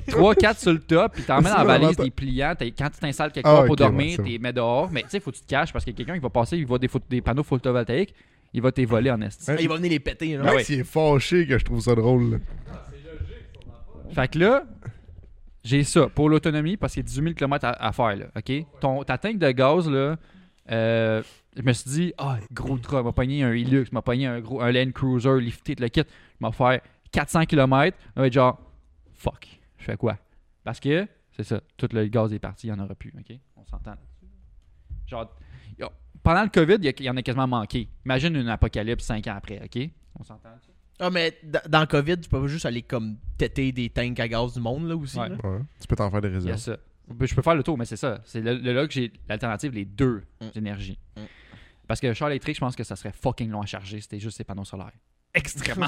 3, 4 sur le top, puis t'emmènes C'est en valise vraiment- des pliants. t'es- Quand tu t'installes quelque Ah, part pour ok, ouais, dormir, c'est t'es mets dehors. Mais tu sais, faut que tu te caches parce que quelqu'un, il va passer, il voit des, photo- des panneaux photovoltaïques, il va t'es voler en esti. Ouais. Il va venir les péter. là. Ah ouais. Max, il est fâché que je trouve ça drôle. là. Fait que là, j'ai ça pour l'autonomie parce qu'il y a 18 000 km à, à faire, là, OK? Ton, ta tank de gaz, là, euh, je me suis dit, ah, gros truck, m'a pogné un Hilux, m'a pogné un, gros, un Land Cruiser lifté, tout le kit, je vais faire 400 km, on va être genre, fuck, je fais quoi? Parce que, c'est ça, tout le gaz est parti, il n'y en aura plus, OK? On s'entend là-dessus. Genre, y a- pendant le COVID, il y a- il y, en a quasiment manqué. Imagine une apocalypse 5 ans après, OK? On s'entend là-dessus? Ah, mais d- dans le COVID, tu peux pas juste aller comme têter des tanks à gaz du monde, là aussi. Ouais. là. Ouais. Tu peux t'en faire des Il y a Hein? réserves. ça. Ben, Je peux faire le tour, mais c'est ça. C'est le, le là que j'ai l'alternative, les deux Mm. énergies. Mm. Parce que le char électrique, je pense que ça serait fucking long à charger c'était juste ces panneaux solaires. Extrêmement.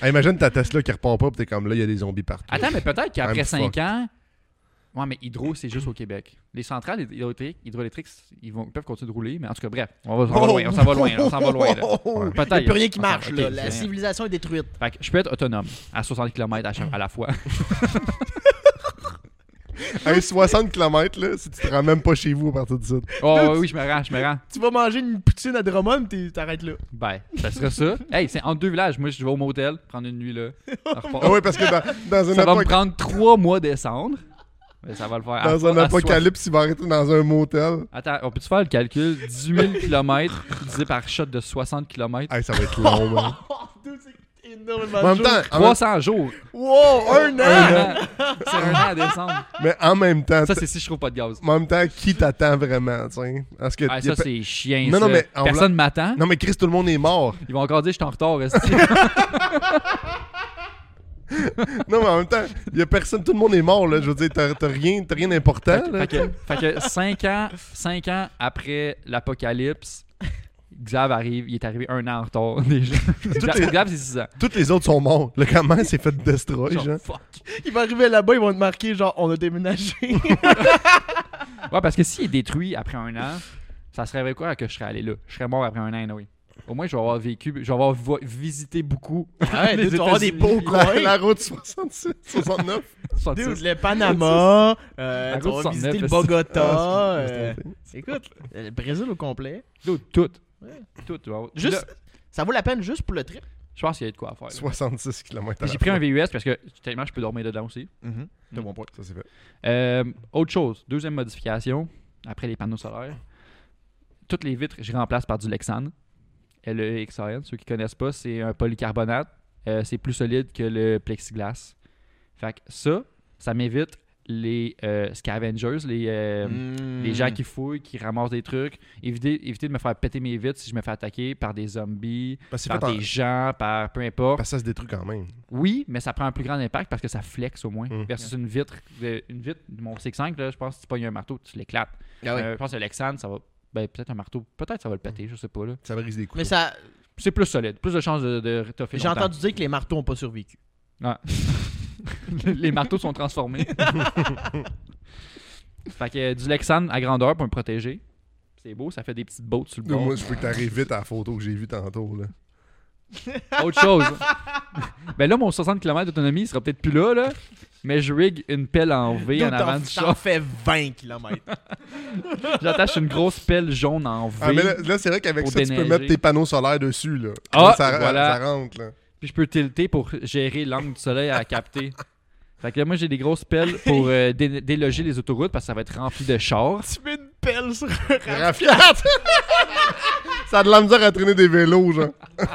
Ah, imagine ta Tesla qui repart pas, pis t'es comme là, il y a des zombies partout. Attends, mais peut-être qu'après I'm 5 fucked. ans. Ouais, mais hydro, c'est juste au Québec. Les centrales hydroélectriques, hydroélectriques ils, vont, ils peuvent continuer de rouler, mais en tout cas, bref, on va, on va loin, on s'en va loin, là, on s'en va loin. là. Ouais. Il n'y a Peut-être. plus rien qui on s'en- marche, ok, là. c'est La rien. civilisation est détruite. Fait que je peux être autonome à 60 km à, chaque- à la fois. Hey, 60 km, là, si tu te rends même pas chez vous à partir de ça. Oh oui, je me rends, je me rends. Tu vas manger une poutine à Drummond, t'es- t'arrêtes là. Ben, ça serait ça. Hey, c'est entre deux villages. Moi, je vais au motel, prendre une nuit là. on repart. Ah ouais, parce que dans, dans une Ça va me époque. prendre trois mois descendre. Mais ça va le faire. Dans À- un à apocalypse, il va arrêter dans un motel. soix- Attends, on peut-tu faire le calcul 18 000 km divisé par shot de 60 km Hey, ça va être long, man. Oh, dude, c'est énormément Mais En de même temps, en même- 300 jours choses. Wow, un ah, Un an! an. C'est un an à décembre. mais en même temps, Ça, c'est si je trouve pas de gaz. en même temps, qui t'attend vraiment, tu sais? Parce que Ah, y a ça, pe- c'est chien. Non, ça. non, mais en Personne m'attend. non mais Chris, tout le monde est mort. Ils vont encore dire je suis en retard. esti. non mais en même temps, il y a personne, tout le monde est mort là. Je veux dire, t'as t'as rien, t'as rien d'important. là. fait, que, fait que 5 ans, cinq ans après l'apocalypse, Xav arrive. Il est arrivé un an en retard déjà. Xav, Xav, c'est 6 ans. Toutes les autres sont morts. Le comment s'est fait destroy, Genre, genre. fuck. Il va arriver là-bas, ils vont te marquer genre on a déménagé. Ouais, parce que s'il est détruit après un an, ça serait avec quoi que je serais allé là? Je serais mort après un an, oui. Au moins, je vais avoir vécu, je vais avoir vo- visité beaucoup. Ouais, Les dude, tu vas avoir des États-Unis. beaux coins. La, la route 66, 69. Dude, 66. le Panama, euh, La tu route vas visiter 69, le Ah, Bogota. c'est- euh, c'est- écoute, le Brésil au complet. Dude, tout. Ouais. Tout, tu vas avoir- Juste, Là, ça vaut la peine juste pour le trip. je pense qu'il y a de quoi à faire. là. 66 km. J'ai pris un VUS parce que tellement je peux dormir dedans aussi. C'est bon point. Ça c'est fait. Euh, autre chose, deuxième modification, après les panneaux solaires, toutes les vitres, je remplace par du Lexan. E LEXAN, ceux qui connaissent pas, c'est un polycarbonate. Euh, c'est plus solide que le plexiglas. Fait que ça, ça m'évite les euh, scavengers, les, euh, Mm. Hmm. les gens qui fouillent, qui ramassent des trucs. Éviter, éviter de me faire péter mes vitres si je me fais attaquer par des zombies, Parce que Ben, c'est par fait en- des gens, par peu importe. parce que ça se détruit quand même. Oui, mais ça prend un plus grand impact parce que ça flex au moins. Mm. Versus une vitre, de- une vitre de mon 6.5, là, je pense que si tu pognes un marteau, tu l'éclates. Ah Euh, je pense que l'Exan, ça va. Ben, peut-être un marteau, peut-être ça Mm. va le péter, je sais pas. là. Ça brise des coups. Mais ça, C'est plus solide, plus de chances de, de rétoffer j'ai longtemps. entendu dire que les marteaux n'ont pas survécu. Ouais. Les marteaux sont transformés. fait que euh, du Lexan à grandeur pour me protéger. C'est beau, ça fait des petites bottes sur le bord. Moi, je peux que t'arrives vite à la photo que j'ai vue tantôt. Là. Autre chose. ben là, mon 60 km d'autonomie, il sera peut-être plus là, là. Mais je rig une pelle en V en Dude, avant t'en- du T'en char. fais 20 km. J'attache une grosse pelle jaune en V. Ah, mais là, là, c'est vrai qu'avec Pour ça, tu peux déneiger. mettre tes panneaux solaires dessus. Là. Ah, Là, ça, voilà. ça rentre. Là. Puis je peux tilter pour gérer l'angle du soleil à capter. Fait que là, moi, j'ai des grosses pelles pour euh, dé- déloger les autoroutes parce que ça va être rempli de chars. tu mets une pelle sur un rack. Rafiat! ça a de la misère à traîner des vélos, genre.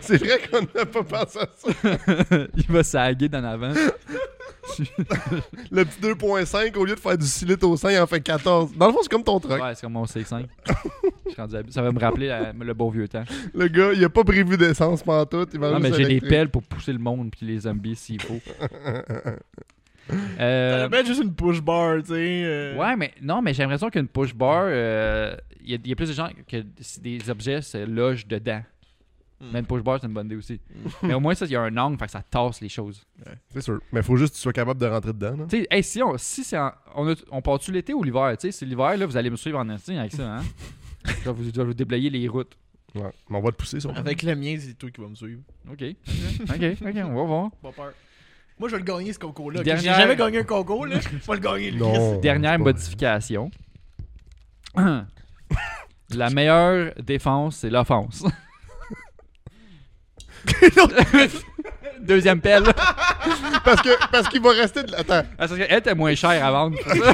c'est vrai qu'on n'a pas pensé à ça. Il va s'aguer d'en avant. Le petit 2.5, au lieu de faire du 6 litres au 5, il en fait 14. Dans le fond, c'est comme ton truck. Ouais, c'est comme mon C5. Je suis rendu habitué. Ça va me rappeler la- le bon vieux temps. Le gars, il a pas prévu d'essence pantoute. Il va Non, mais juste j'ai des électrique. pelles pour pousser le monde puis les zombies s'il faut. Euh, Mets juste une push bar, tu sais. euh. Ouais, mais non, mais j'ai l'impression qu'une push bar, euh, il y, a- il y a plus de gens que si des objets se logent dedans. Hmm. Mais une push bar, c'est une bonne idée aussi. mais au moins, ça, il y a un angle, fait que ça tasse les choses. C'est sûr. Mais faut juste que tu sois capable de rentrer dedans. là. Tu sais, hey, si on, si c'est en- on, a- on part-tu l'été ou l'hiver? Tu sais, c'est l'hiver, là, vous allez me suivre en instinct avec ça, hein? je, vais vous, je vais vous déblayer les routes. Ouais. Mais on va te pousser, ça. Avec le mien, c'est toi qui vas me suivre. OK. OK, OK, on va voir. Pas peur. Moi, je vais le gagner ce concours-là. ok? J'ai Dernière- jamais gagné un concours, là. Je vais le gagner, lui. Non. Dernière c'est pas- modification. La meilleure défense, c'est l'offense. Deuxième pelle. Parce que parce qu'il va rester. De... Attends. Ah, parce qu'elle était moins chère à vendre. c'est ça.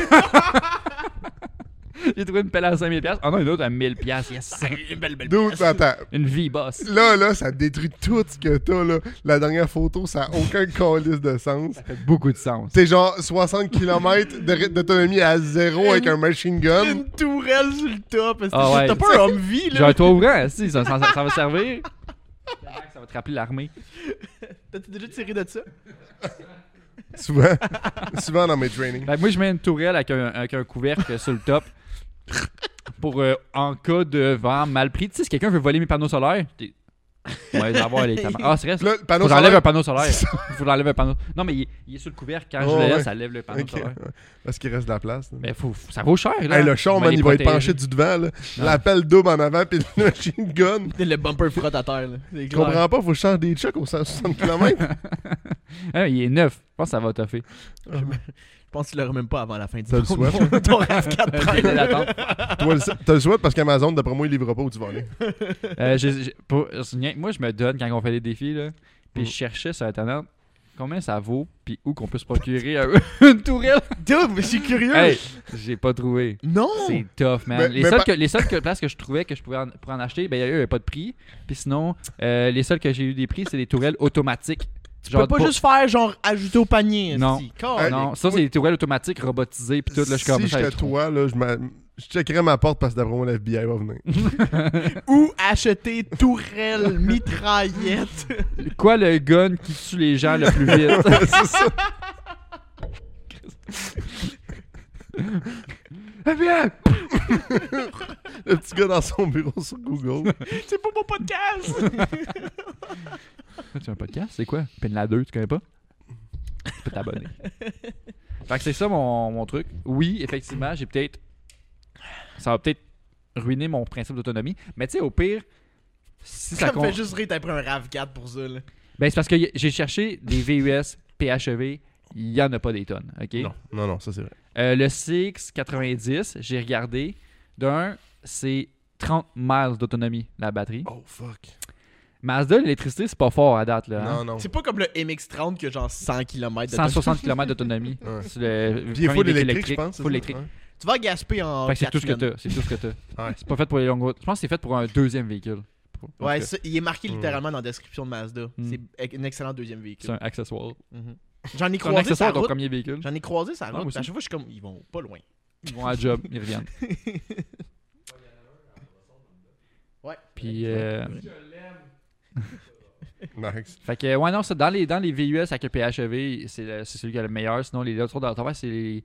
J'ai trouvé une pelle à 5000$. piastres. Ah non, une autre à 1000$. Yes. Une belle, belle Dude, attends. Une vie boss. Là, là, ça détruit tout ce que t'as, là. La dernière photo, ça n'a aucun calice de sens. Beaucoup de sens. T'es genre 60 km d'autonomie à zéro avec un machine gun. Une tourelle sur le top. parce que Ah ouais. T'as pas un Humvee, J'ai un là. toit ouvrant, si, ça, ça- ça va servir. Ça va te rappeler l'armée. T'as-tu déjà tiré de ça? Souvent. Souvent dans mes trainings. Fait que moi, je mets une tourelle avec un, avec un couvercle sur le top. Pour euh, en cas de vent mal pris. Tu sais, si quelqu'un veut voler mes panneaux solaires, t'es- on va les avoir les tamas. Ah, c'est vrai, Puis Là, le panneau Faut que j'enlève un solaire. panneau solaire. C'est Faut que j'enlève un panneau. Non, mais il, est- il est sur le couvercle. Quand Oh, je le laisse, ouais. ça lève le panneau Ok. solaire. Parce qu'il reste de la place. là. Mais faut, ça vaut cher, là. Hey, le char, On man, les il va être protéger. penché du devant. là. L'appel double en avant, puis le machine gun. Le bumper frotte à terre, là. C'est Je clair. comprends pas, faut que je change des chocs aux 160 km. Ah, il est neuf. Je pense que ça va toffer. Je pense que tu l'auras même pas avant la fin du Ça le monde. Ton RAV4 Euh, traîne. l'attente. Toi, le sais- t'as le souhait parce qu'Amazon, d'après moi, il livre pas où tu vas aller. Euh, j'ai- j'ai- pour- rien- moi, je me donne quand on fait des défis. Là, puis je cherchais sur Internet combien ça vaut, puis où qu'on peut se procurer un- une tourelle. Dude, mais je suis curieux. Hey, j'ai pas trouvé. Non! C'est tough, man. Mais- les, mais seules par- que, les seules que- places que je trouvais que je pouvais en, pour en acheter, ben, il y a eu euh, pas de prix. Puis sinon, euh, les seules que j'ai eu des prix, c'est des tourelles automatiques. Tu peux pas pour- juste faire genre ajouter au panier. Non. esti. Calme. Non, ça, c'est des tourelles automatiques robotisées. Puis tout, là, je suis comme si ça, j'étais je trouve. toi, là, je, m'a- je checkerais ma porte parce que d'après moi, le FBI va venir. Ou acheter tourelle, mitraillette. Quoi le gun qui tue les gens le plus vite? c'est ça. Le petit gars dans son bureau sur Google. c'est pas mon podcast! tu as un podcast? C'est quoi? Penla 2, tu connais pas? Tu peux t'abonner. fait que c'est ça mon, mon truc. Oui, effectivement, j'ai peut-être. Ça va peut-être ruiner mon principe d'autonomie. Mais tu sais, au pire, si ça ça me compte. fait juste rire, t'as pris un RAV4 pour ça, là. Ben, c'est parce que y- j'ai cherché des VUS, PHEV, E il n'y en a pas des tonnes. OK? Non, non, non, ça c'est vrai. Euh, le 690, j'ai regardé. D'un, c'est 30 miles d'autonomie, la batterie. Oh fuck. Mazda, l'électricité, c'est pas fort à date. Là, hein? Non, non. C'est pas comme le MX-30 qui a genre 100 km de 160 km d'autonomie. Ouais. C'est le Puis il premier faut véhicule l'électrique, je pense. c'est Full ça? électrique. Ouais. Tu vas gasper en. Fait que c'est quatre tout ce que semaines. t'as. C'est tout ce que t'as. Ouais. C'est pas fait pour les longues routes. Je pense que c'est fait pour un deuxième véhicule. Pour- en Ouais, tout cas, ça, il est marqué Mm. littéralement dans la description de Mazda. Mm. C'est un excellent deuxième c'est véhicule. un accessoire. Mhm. J'en ai C'est un croisé sa accessoire, ton route. premier véhicule. J'en ai croisé sa moi route. puis À aussi. chaque fois, je suis comme, ils vont pas loin. Ils vont à job, ils reviennent. Ouais. Puis, euh, hein? Max. Fait que, ouais, non, ça, dans les, dans les VUS avec le PHEV, E c'est le- c'est celui qui a le meilleur. Sinon, les autres dans le travail, c'est les-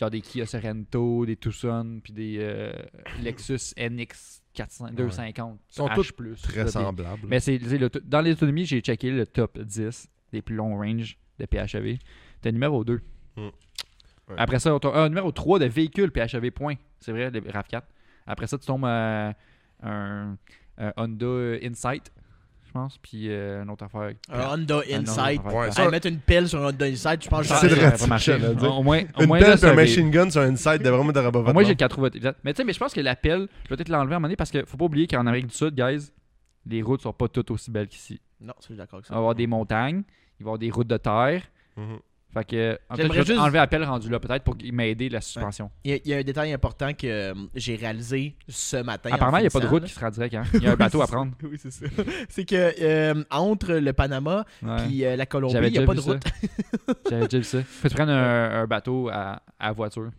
genre des Kia Sorento, des Tucson, puis des euh, Lexus NX 400 250. Ils sont H+, tous plus, là, Très des- semblable. Mais c'est c'est le t- dans les autonomies, j'ai checké le top 10 des plus longs ranges de E PHEV. T'es numéro 2. Mm. Ouais. Après ça, t'as- euh, numéro 3 de véhicules PHEV, point. C'est vrai, les RAV4. Après ça, tu tombes à un, un Honda Insight, je pense, puis euh, une autre affaire. Un Honda Ah non, Insight. on va Ouais, faire Ah, ça- Hey, mettre une pelle sur un Honda Insight, je pense que C'est ça. j'en le Ça vrai. va pas marcher. j'allais dire. Au moins, au Une moins, pelle là, puis un ça va- machine gun sur une site devrait me de Robot moi, j'ai le 4 exact. Mais tu sais, mais je pense que la pelle, je vais peut-être l'enlever à un moment donné parce qu'il faut pas oublier qu'en Amérique du Sud, guys, les routes sont pas toutes aussi belles qu'ici. Non, ça, je suis d'accord avec Il ça. va y avoir des montagnes, il va y avoir des routes de terre. Mhm. Fait que, en fait, je J'aimerais vais juste- enlever la pelle rendu là, peut-être, pour qu'il m'aider la suspension. Il y, a, il y a un détail important que euh, j'ai réalisé ce matin. en Apparemment, il n'y a pas de finissant, route qui se rend direct. Hein? Il y a un bateau à c'est prendre. là. Oui, c'est ça. C'est que euh, entre le Panama Ouais. puis euh, la Colombie, Hein? J'avais il n'y déjà a pas vu de route. ça. J'avais déjà vu ça. Faut que tu prennes un, un bateau à, à voiture.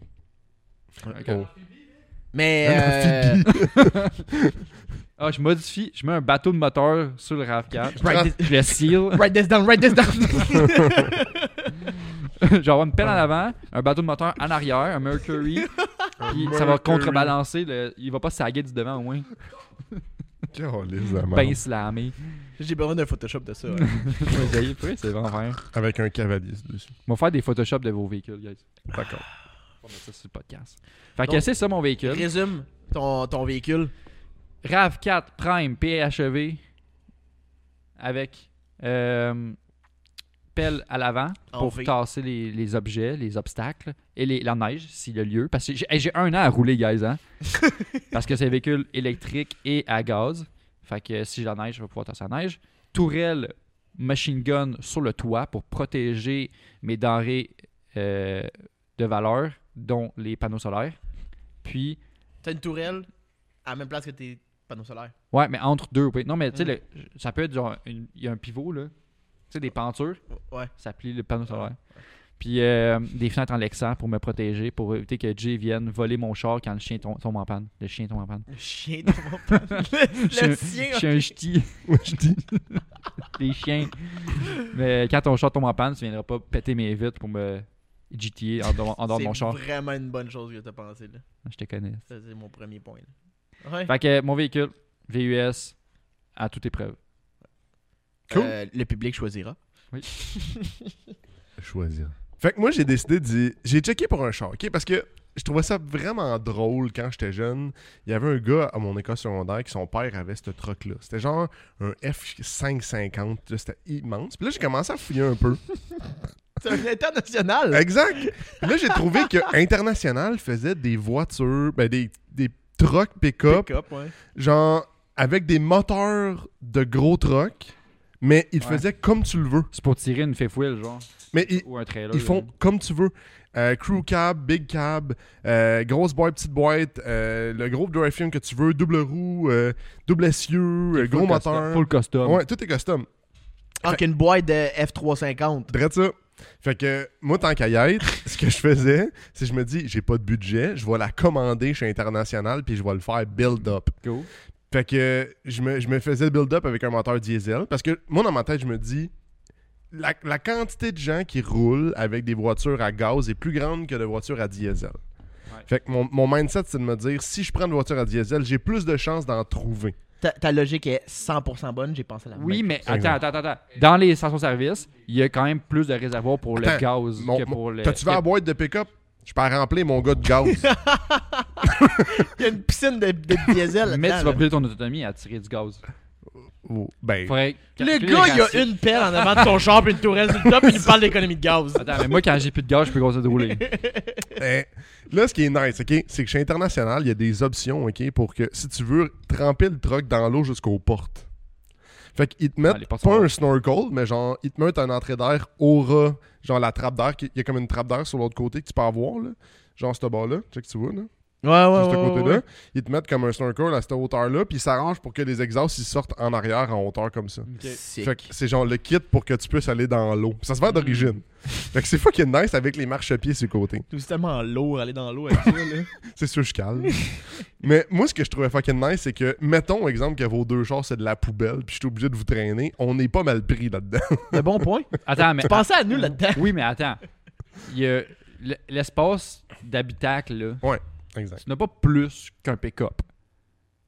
Ok. Oh. Mais. Un euh, Ah, je modifie, je mets un bateau de moteur sur le RAV4. Right, prends- this, Je le seal. write this down, write this down. je vais avoir une pelle en avant, un bateau de moteur en arrière, un Mercury. puis ça va Mercury. contrebalancer. Le... Il va pas saguer du devant au moins. Calisse de merde. Ben slamé. J'ai besoin d'un Photoshop de ça. hein. ouais. Ouais, d'ailleurs, pourquoi c'est vraiment faire. Avec un cavalier dessus. On va faire des Photoshop de vos véhicules, guys. D'accord. On va mettre ça sur le podcast. Fait que Donc, c'est ça mon véhicule. Résume ton, ton véhicule. RAV4 Prime PHEV avec euh, pelle à l'avant En pour V. tasser les, les objets, les obstacles et les- la neige s'il y a lieu. Parce que j'ai hey, j'ai un an à rouler, guys. hein. Parce que c'est un véhicule électrique et à gaz. Fait que si j'ai la neige, je vais pouvoir tasser la neige. Tourelle machine gun sur le toit pour protéger mes denrées euh, de valeur, dont les panneaux solaires. Puis T'as une tourelle à la même place que tes panneaux solaires. Ouais, mais entre deux. oui. Non, mais tu sais, Mm. le- ça peut être genre, une- il y a un pivot, là. Tu sais, des pentures, Ouais. ça plie le panneau solaire. Puis euh, des fenêtres en Lexan pour me protéger, pour éviter que Jay vienne voler mon char quand le chien tom- tombe en panne. Le chien tombe en panne. Le chien de mon père. Le, Je suis un- le Je sien. suis un ch'ti. Je dis. Les chiens. mais quand ton char tombe en panne, tu viendras pas péter mes vitres pour me GTA en dehors, en dehors de mon char. C'est vraiment une bonne chose que t'as pensé. Là. Je te connais. Ça, C'est mon premier point. là. Ouais. Fait que euh, mon véhicule, VUS, à toute épreuve. Cool. Euh, le public choisira. choisir. Fait que moi, j'ai décidé de. J'ai checké pour un char, OK? Parce que je trouvais ça vraiment drôle quand j'étais jeune. Il y avait un gars à mon école secondaire qui son père avait ce truc-là. C'était genre un F550. là, C'était immense. Puis là, j'ai commencé à fouiller un peu. C'est un international. Exact. Puis là, j'ai trouvé que International faisait des voitures, ben, des, des trucks pick-up, Pick-up, ouais. genre avec des moteurs de gros trucks, mais ils Ouais. faisaient comme tu le veux. C'est pour tirer une fifth wheel, genre. Mais ils, Ou un trailer. ils font comme tu veux. Euh, crew cab, big cab, euh, grosse boîte, petite boîte, euh, le groupe de que tu veux, double roue, euh, double essieu, euh, gros moteur. Full custom. Ouais, tout est custom. Ah, qu'une boîte de F350. Drette ça. Fait que moi, tant qu'à y être, ce que je faisais, c'est que je me dis, j'ai pas de budget, je vais la commander chez International, puis je vais le faire build-up. Cool. Fait que je me, je me faisais le build-up avec un moteur diesel. Parce que moi, dans ma tête, je me dis, la, la quantité de gens qui roulent avec des voitures à gaz est plus grande que de voitures à diesel. Ouais. Fait que mon, mon mindset, c'est de me dire, si je prends une voiture à diesel, j'ai plus de chances d'en trouver. Ta, ta logique est 100% bonne, j'ai pensé à la Oui, même. mais chose. attends, attends, attends. attends. Dans les stations-service, il y a quand même plus de réservoirs pour le Attends, gaz Mon- que mon- pour le. T'as-tu vu la boîte de pick-up? Je peux la remplir mon gars de gaz. Il y a une piscine de, de diesel Mais tu là-dedans, vas là. brûler ton autonomie à tirer du gaz. Oh, ben, Faudrait Le calculer gars, les il ratios. a une pelle en avant de son char, puis une tourelle sur le top, puis il parle d'économie de gaz. Attends, mais moi, quand j'ai plus de gaz, je peux continuer de rouler. Eh, là, ce qui est nice, ok, c'est que chez International, il y a des options ok, pour que si tu veux tremper le truck dans l'eau jusqu'aux portes. Fait qu'ils te mettent Ah, les portes pas sont un hautes. snorkel, mais genre, ils te mettent un entrée d'air aura, genre la trappe d'air. qui- Il y a comme une trappe d'air sur l'autre côté que tu peux avoir, là. Genre, ce bord-là, check tu vois, là. Ouais, ouais, Sur ce ouais, côté-là. ouais. Ils te mettent comme un snorkel à cette hauteur-là, puis ils s'arrangent pour que les exhausts ils sortent en arrière, en hauteur comme ça. Sick. Fait que c'est genre le kit pour que tu puisses aller dans l'eau. Puis Ça se vend d'origine. Mm. Fait que c'est fucking nice avec les marchepieds sur le côté. Tout tellement lourd, aller dans l'eau avec ça, là. C'est sûr, je calme. Mais moi, ce que je trouvais fucking nice, c'est que, mettons, exemple, que vos deux chars, c'est de la poubelle, puis je suis obligé de vous traîner, on est pas mal pris là-dedans. C'est bon point. Attends, mais. Tu pensais à nous là-dedans. Oui, mais attends. Il y a l- l'espace d'habitacle, là. Exact. Tu n'as pas plus qu'un pick-up.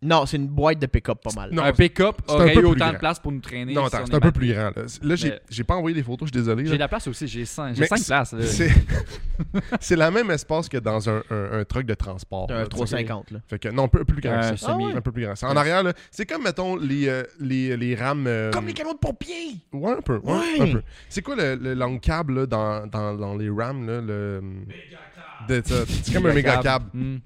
Non, c'est une boîte de pick-up pas mal. Non, un pick-up c'est un aurait peu eu plus autant grand. de place pour nous traîner. non, si on attends, c'est est un peu mal- plus grand. Là, là j'ai Mais- j'ai pas envoyé les photos, je suis désolé. J'ai de là. la place aussi, j'ai 5 Mais c'est- places. là. C'est c'est la même espace que dans un, un- un truck de transport. T'as là, un tu sais. 350, là. Fait que, non, un peu plus grand Un que ça. semi. Un peu plus grand. que ça. En arrière, là, c'est comme, mettons, les, euh, les, les rames. euh, canons de pompiers! Ouais, un peu. ouais, Ouais. un peu. C'est quoi le, le long cab là, dans, dans, dans les RAM? Là, le... de- ça, C'est comme un méga cab. Hmm.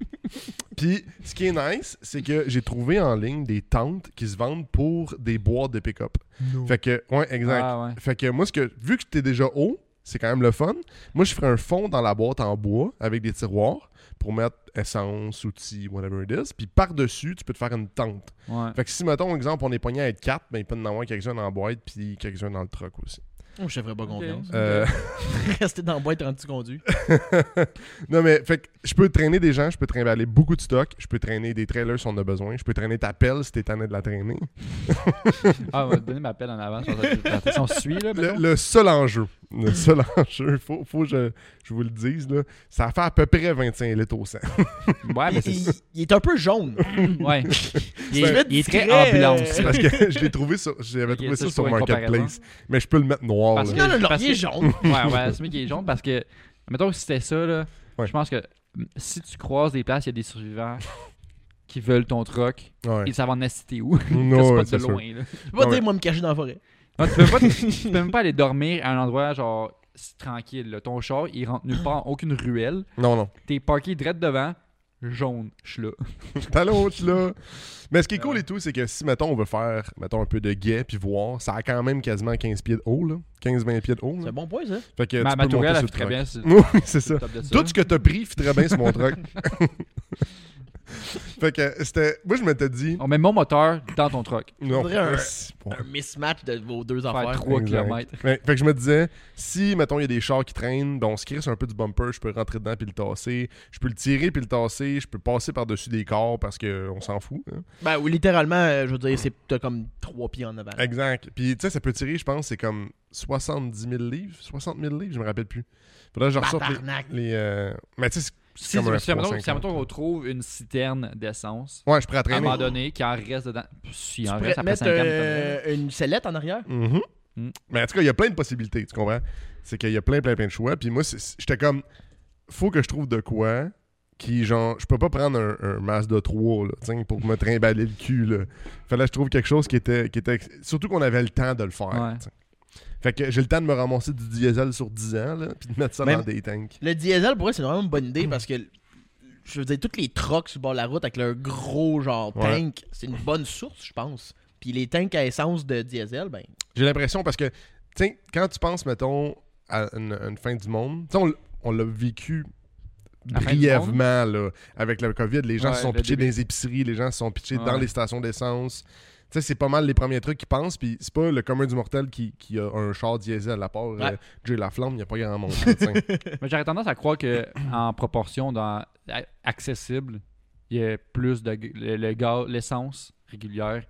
Puis, ce qui est nice, c'est que j'ai trouvé en ligne des tentes qui se vendent pour des boîtes de pick-up. Fait que, ouais, exact. Ah, ouais. Fait que moi, ce que, vu que t'es déjà haut, c'est quand même le fun. Moi, je ferais un fond dans la boîte en bois avec des tiroirs pour mettre essence, outils, whatever it is. Puis par-dessus, tu peux te faire une tente. Ouais. Fait que si, mettons, exemple, on est pogné à être quatre, ben, il peut y en avoir quelques-uns dans la boîte puis quelques-uns dans le truck aussi. Oh, je te ferais pas Ok. confiance. Euh, Rester dans la boîte quand tu conduis. non, mais fait que je peux traîner des gens, je peux traîner beaucoup de stock, je peux traîner des trailers si on a besoin, je peux traîner ta pelle si t'es tanné de la traîner. Ah, on va te donner ma pelle en avance. Si on se suit, là, Le, mettons. le seul enjeu, le seul enjeu, faut, faut que je, je vous le dise, là, ça fait à peu près 25 litres au 100. Ouais, Ah, mais Il, c'est. il- il est un peu jaune. Ouais. Il C'est est, il est discret, très euh, ambulance. C'est parce que je l'ai trouvé sur, j'avais Ok, trouvé ça, ça je sur pourrais hein. Marketplace, mais je peux le mettre noir. Parce là. que- Non, non, non, parce il est que- jaune. euh. Ouais, ouais, c'est lui qui est jaune parce que, mettons que c'était ça, là, Ouais. je pense que mm, si tu croises des places, il y a des survivants qui veulent ton truck, Ouais. ils savent en cité où. Non, c'est ouais, pas c'est de sûr. loin, là. Je vais Non, mais- dire, moi, me cacher dans la forêt. Non, tu, peux pas, tu peux même pas aller dormir à un endroit, genre, s- tranquille, là. Ton char, il rentre nulle part, aucune ruelle. Non, non. T'es parké direct devant, jaune, je suis là. T'as l'autre, là. Mais ce qui est cool Ah Ouais. et tout, c'est que si, mettons, on veut faire, mettons, un peu de guet puis voir, ça a quand même quasiment 15 pieds de haut, là. 15-20 pieds de haut, C'est là. un bon point, ça. Fait que Ma, tu ma peux monter tourelle, sur elle le fait très truck. bien sur, Oui, c'est ça. sur le top de ça. Tout ce que t'as pris fit très bien sur mon truck. fait que c'était. Moi, je m'étais dit. On met mon moteur dans ton truck. Non. Faudrait un- c'est bon. Un mismatch de vos deux Faire affaires. 3 Exact. km. Ouais, fait que je me disais, si, mettons, il y a des chars qui traînent, ben on se crisse un peu du bumper, je peux rentrer dedans puis le tasser. Je peux le tirer puis le tasser. Je peux passer par-dessus des corps parce qu'on s'en fout. hein. Ben, ou littéralement, euh, je veux dire, c'est t'as comme trois pieds en avant. Exact. Puis, tu sais, ça peut tirer, je pense, c'est comme 70 000 livres. 60 000 livres, je me rappelle plus. Faudrait que je ressorte les. Tabarnak. les, euh, Mais tu sais, Si, comme un si, mettons, si 350. mettons, on trouve une citerne d'essence, c'est- ouais, je pourrais traîner. abandonnée, qui en reste dedans. Si Tu en reste pourrais te après mettre 50, euh, une sellette en arrière. Mhm. Mm. Mais en tout cas, il y a plein de possibilités, tu comprends? C'est qu'il y a plein, plein, plein de choix. Puis moi, c'est- c'est- j'étais comme, faut que je trouve de quoi qui, genre, je peux pas prendre un, un Mazda 3 là, tu sais, pour me trimballer le cul. Là. Fallait que je trouve quelque chose qui était. Qui était surtout qu'on avait le temps de le faire. Ouais. tu sais. Fait que j'ai le temps de me ramasser du diesel sur 10 ans, là, puis de mettre ça Même- dans des tanks. Le diesel, pour moi, c'est vraiment une bonne idée parce que, je veux dire, toutes les trucks sur le bord de la route avec leur gros genre Ouais. tank, c'est une bonne source, je pense. Puis les tanks à essence de diesel, ben. J'ai l'impression parce que, tu sais, quand tu penses, mettons, à une, une fin du monde, tu sais, on, l- on l'a vécu La fin du monde. brièvement là, avec la COVID. Les gens Ouais, se sont le pitchés début. dans les épiceries, les gens se sont pitchés dans Ouais. les stations d'essence. Tu sais, c'est pas mal les premiers trucs qu'ils pensent, puis c'est pas le commun du mortel qui, qui a un char diesel, à part Ouais. euh, Jay Laflamme, il n'y a pas grand monde. là, tu sais. Mais j'aurais tendance à croire que en proportion dans à- accessible, il y a plus de g- le, le gaz, l'essence régulière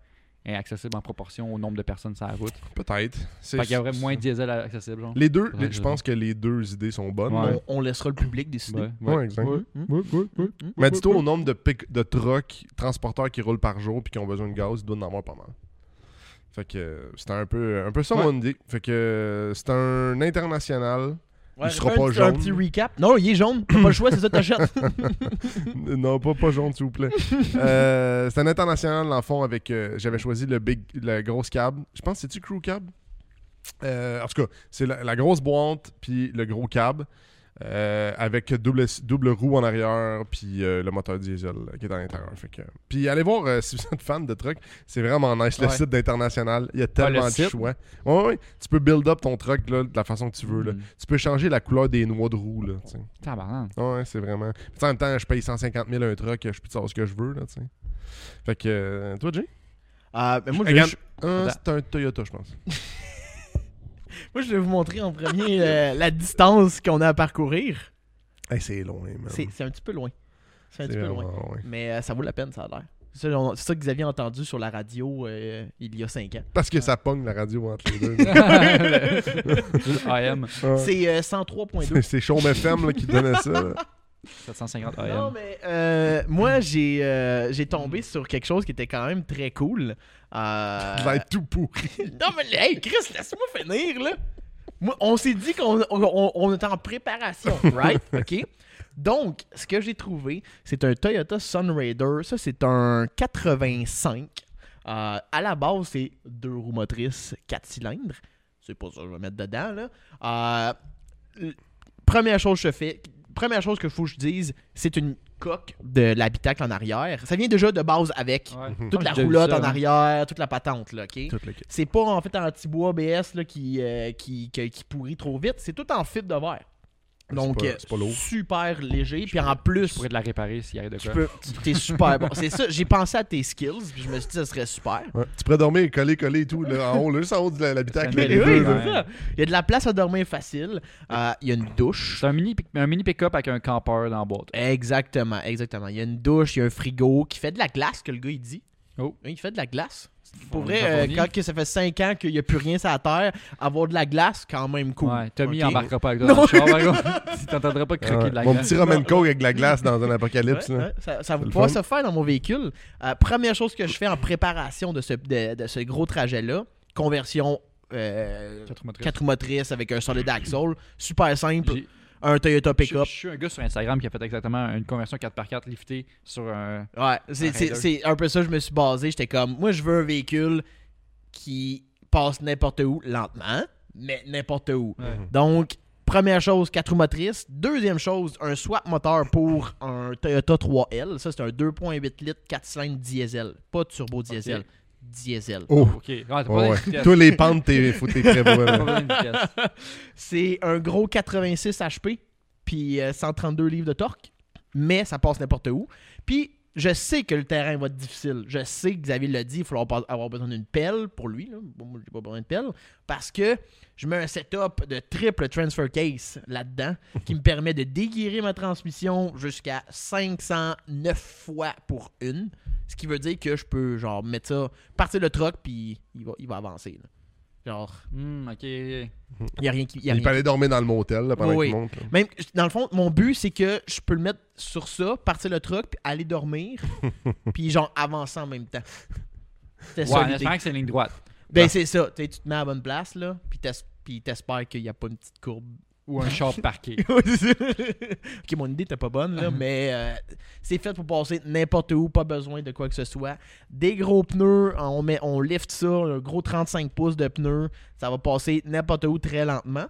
est accessible en proportion au nombre de personnes sur la route. Peut-être. C'est- Fait qu'il y aurait moins de diesel à- accessible, genre. Les deux, Faudrait les- je que- pense que les deux idées sont bonnes. Ouais. là. On, on laissera le public décider. Ouais. Ouais, exact. Hmm? Mais dis-toi au nombre de, pick- de trucks, transporteurs qui roulent par jour puis qui ont besoin de gaz, il doit en avoir pas mal. Fait que euh, c'était un peu, un peu ça Ouais. mon idée. Fait que euh, c'est un international. Ouais, sera un pas petit- jaune. Un petit recap. Non, il est jaune. T'as pas le choix, c'est ça que t'achètes. non, pas, pas jaune, s'il vous plaît. Euh, c'est un international, en fond, avec. euh, J'avais choisi le big, la grosse cab. Je pense, c'est-tu Crew Cab Euh, En tout cas, c'est la, la grosse boîte puis le gros cab. euh, avec double, double roue en arrière, puis euh, le moteur diesel euh, qui est à l'intérieur. Fait que- Puis allez voir euh, si vous êtes fan de truck, c'est vraiment nice. Le Ouais. site d'International, il y a tellement de site. choix. Ouais, ouais, ouais. tu peux build up ton truck là, de la façon que tu veux. là. Mm. Tu peux changer la couleur des noix de roue. Là, tu sais. Tabarnak. Ouais, c'est vraiment. Puis, tu sais, en même temps, je paye 150 000 un truck, je peux te savoir ce que je veux, là, tu sais. Fait que. euh, toi, Jay Ah, mais moi, je, Regarde. je- Ah, Attends. C'est un Toyota, je pense. moi, je vais vous montrer en premier euh, la distance qu'on a à parcourir. Hey, c'est loin, man. C'est c'est un petit peu loin. C'est un petit peu Ben vraiment loin. Mais euh, ça vaut la peine, ça a l'air. C'est ça, on- c'est ça que vous aviez entendu sur la radio euh, il y a 5 ans. Parce que ça pogne la radio entre les deux. Le AM. Ah. C'est euh, 103.2. C'est- c'est Chaume FM là, qui donnait ça. là. 750 Non, AM. mais euh, moi, j'ai euh, j'ai tombé sur quelque chose qui était quand même très cool. Euh, De l'air tout pourri. non, mais hey, Chris, laisse-moi finir, là. Moi, on s'est dit qu'on on, on- on était en préparation, right? OK? Donc, ce que j'ai trouvé, c'est un Toyota Sunraider. Ça, c'est un 85. Euh, à la base, c'est deux roues motrices, quatre cylindres. C'est pas ça que je vais mettre dedans, là. Euh, l- première chose que je fais, première chose que faut que je dise, c'est une coque de l'habitacle en arrière. Ça vient déjà de base avec Mhm. toute la J'ai vu roulotte ça, en hein. arrière, toute la patente, là, OK? Toute l'équipe. C'est pas en fait en petit bois BS là, qui, euh, qui, que- qui pourrit trop vite. C'est tout en fibre de verre. C'est Donc, pas- euh, c'est pas lourd. super léger. Puis pourrais- en Je plus, pourrais te la réparer s'il y avait de Tu quoi. peux, t'es super bon. C'est ça, j'ai pensé à tes skills. Puis je me suis dit, ça serait super. ouais, tu pourrais dormir collé, collé et tout, là, en haut, là, juste en haut de l'habitacle. Ça là, Mais les met oui, deux, les là. deux, c'est ouais. ça. Il y a de la place à dormir facile. Euh, Il y a une douche. C'est un mini, pic- un mini pick-up avec un campeur dans la boîte. Exactement, exactement. Il y a une douche, il y a un frigo qui fait de la glace, que le gars il dit. Oh. Oui, Il fait de la glace. On Pour vrai, va euh, fournir. quand que ça fait 5 ans qu'il n'y a plus rien sur la terre, avoir de la glace, quand même cool. Ouais, Tommy Ok? embarquera pas avec toi Non. dans le char, par contre. Si t'entendrais pas croquer Ouais, de la Mon glace. petit Roman Coke avec de la glace dans un apocalypse. Ouais, là. ouais, ça, ça le fun. va se faire dans mon véhicule. Euh, première chose que je fais en préparation de ce, de, de ce gros trajet-là, conversion euh, Quatre motrices. 4 roues motrices avec un solide axle, super simple, J'ai- un Toyota Je pick-up. je suis un gars sur Instagram qui a fait exactement une conversion 4x4 liftée sur un. Ouais, c'est- Un c'est Raider. c'est un peu ça que je me suis basé. J'étais comme, moi, je veux un véhicule qui passe n'importe où lentement, mais n'importe où. Mm. Donc, première chose, 4 roues motrices. Deuxième chose, un swap moteur pour un Toyota 3L. Ça, c'est un 2.8 litres 4 cylindres diesel. Pas de turbo diesel. Diesel. Oh, Ok. Ouais, t'as pas ouais, besoin ouais. d'une vitesse. Tous les pentes, t'es- faut tes prévois. T'as là. pas besoin d'une vitesse. C'est un gros 86 HP, puis euh, 132 livres de torque, mais ça passe n'importe où. Puis je sais que le terrain va être difficile. Je sais que Xavier l'a dit, il va falloir pas- avoir besoin d'une pelle pour lui. Là. Bon, Moi, j'ai pas besoin de pelle. Parce que je mets un setup de triple transfer case là-dedans qui me permet de déguirer ma transmission jusqu'à 509 fois pour une. Ce qui veut dire que je peux genre mettre ça, partir le truck, puis il va, il va avancer. là. Genre, Hmm, ok. il n'y a rien qui. y a Il rien peut aller dormir dans le motel là, pendant Oui. qu'il monte. là. même, dans le fond, mon but, c'est que je peux le mettre sur ça, partir le truck, puis aller dormir, puis genre avancer en même temps. C'était Ouais, ça en l'idée. espérant que c'est une ligne droite. Ben, c'est ça. Tu sais, tu te mets à la bonne place, là, puis t'es- puis t'espères qu'il n'y a pas une petite courbe. Ou un char parqué. Ouais, c'est ça. ok, mon idée était pas bonne, là, mais euh, c'est fait pour passer n'importe où, pas besoin de quoi que ce soit. Des gros pneus, on, met, on lift ça, un gros 35 pouces de pneus, ça va passer n'importe où très lentement.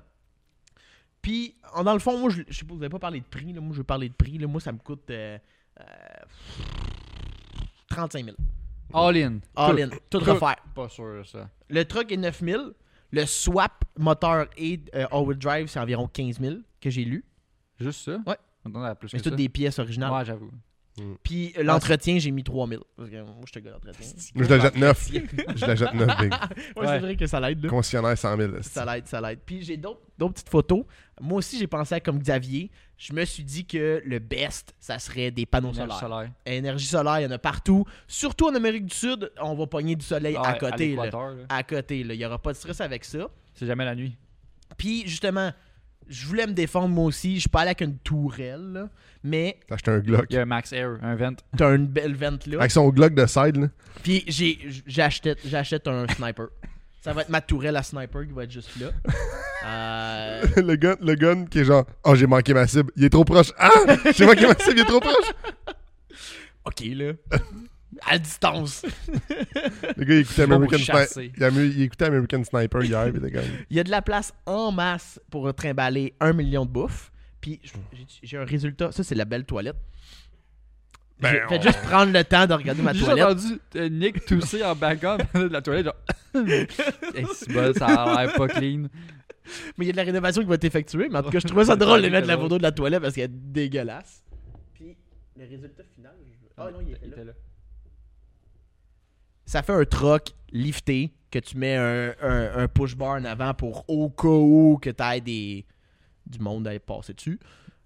Puis, en- dans le fond, moi, je, je sais pas, vous avez pas parlé de prix, là, moi, je vais parler de prix, là, moi, ça me coûte euh, euh, 35 000. All in. All in. Tout Tout. refaire. Pas sûr, ça. Le truck est 9000. Le swap moteur et euh, all-wheel drive, c'est environ 15 000 que j'ai lu. Juste ça? Ouais. On en a plus que Mais c'est ça. toutes des pièces originales. Ouais, j'avoue. Puis euh, l'entretien, j'ai mis 3000. Parce que moi, je te gars d'entretien. Moi, je la jette neuf. Je la jette neuf, big. Ouais, c'est Ouais. vrai que ça l'aide, là. Concessionnaire 100 000. Ça l'aide, ça l'aide. Puis j'ai d'autres d'autres petites photos. Moi aussi, j'ai pensé à comme Xavier. Je me suis dit que le best, ça serait des panneaux Énergie solaires. solaire. Énergie solaire, il y en a partout. Surtout en Amérique du Sud, on va pogner du soleil à Ah, Ouais, côté. là. l'équateur, là. À côté, là. il n'y aura pas de stress avec ça. C'est jamais la nuit. Puis justement, je voulais me défendre moi aussi. Je suis pas allé avec une tourelle, là. mais T'as acheté un Glock. Il y a un Max Air, un vent. t'as une belle vente là. Avec son Glock de side, là. Puis j'ai- j'achète j'achète un sniper. Ça va être ma tourelle à sniper qui va être juste là. Euh, le, gun, le gun qui est genre « Oh, j'ai manqué ma cible. Il est trop proche. Ah! J'ai manqué ma cible, il est trop proche. OK, là. À distance. » Le gars, il écoutait Bon American, pour Sniper. chasser. il, a mu- il écoutait American Sniper hier. puis il était comme... Il y a de la place en masse pour trimballer un million de bouffes. Puis j- j'ai- j'ai un résultat. Ça, c'est la belle toilette. Ben, J'ai- Faites on- juste prendre le temps de regarder ma J'ai juste toilette. entendu euh, Nick tousser en background de la toilette, genre. hey, c'est bon, ça a l'air pas clean. Mais il y a de la rénovation qui va être effectuée. Mais en tout cas, je trouvais ça drôle de mettre la Drôle. photo de la toilette parce qu'elle est dégueulasse. Puis le résultat final. je- Ah non, il était là. Ça fait un troc lifté que tu mets un, un- un push bar en avant pour au cas où que tu des du monde à passer dessus.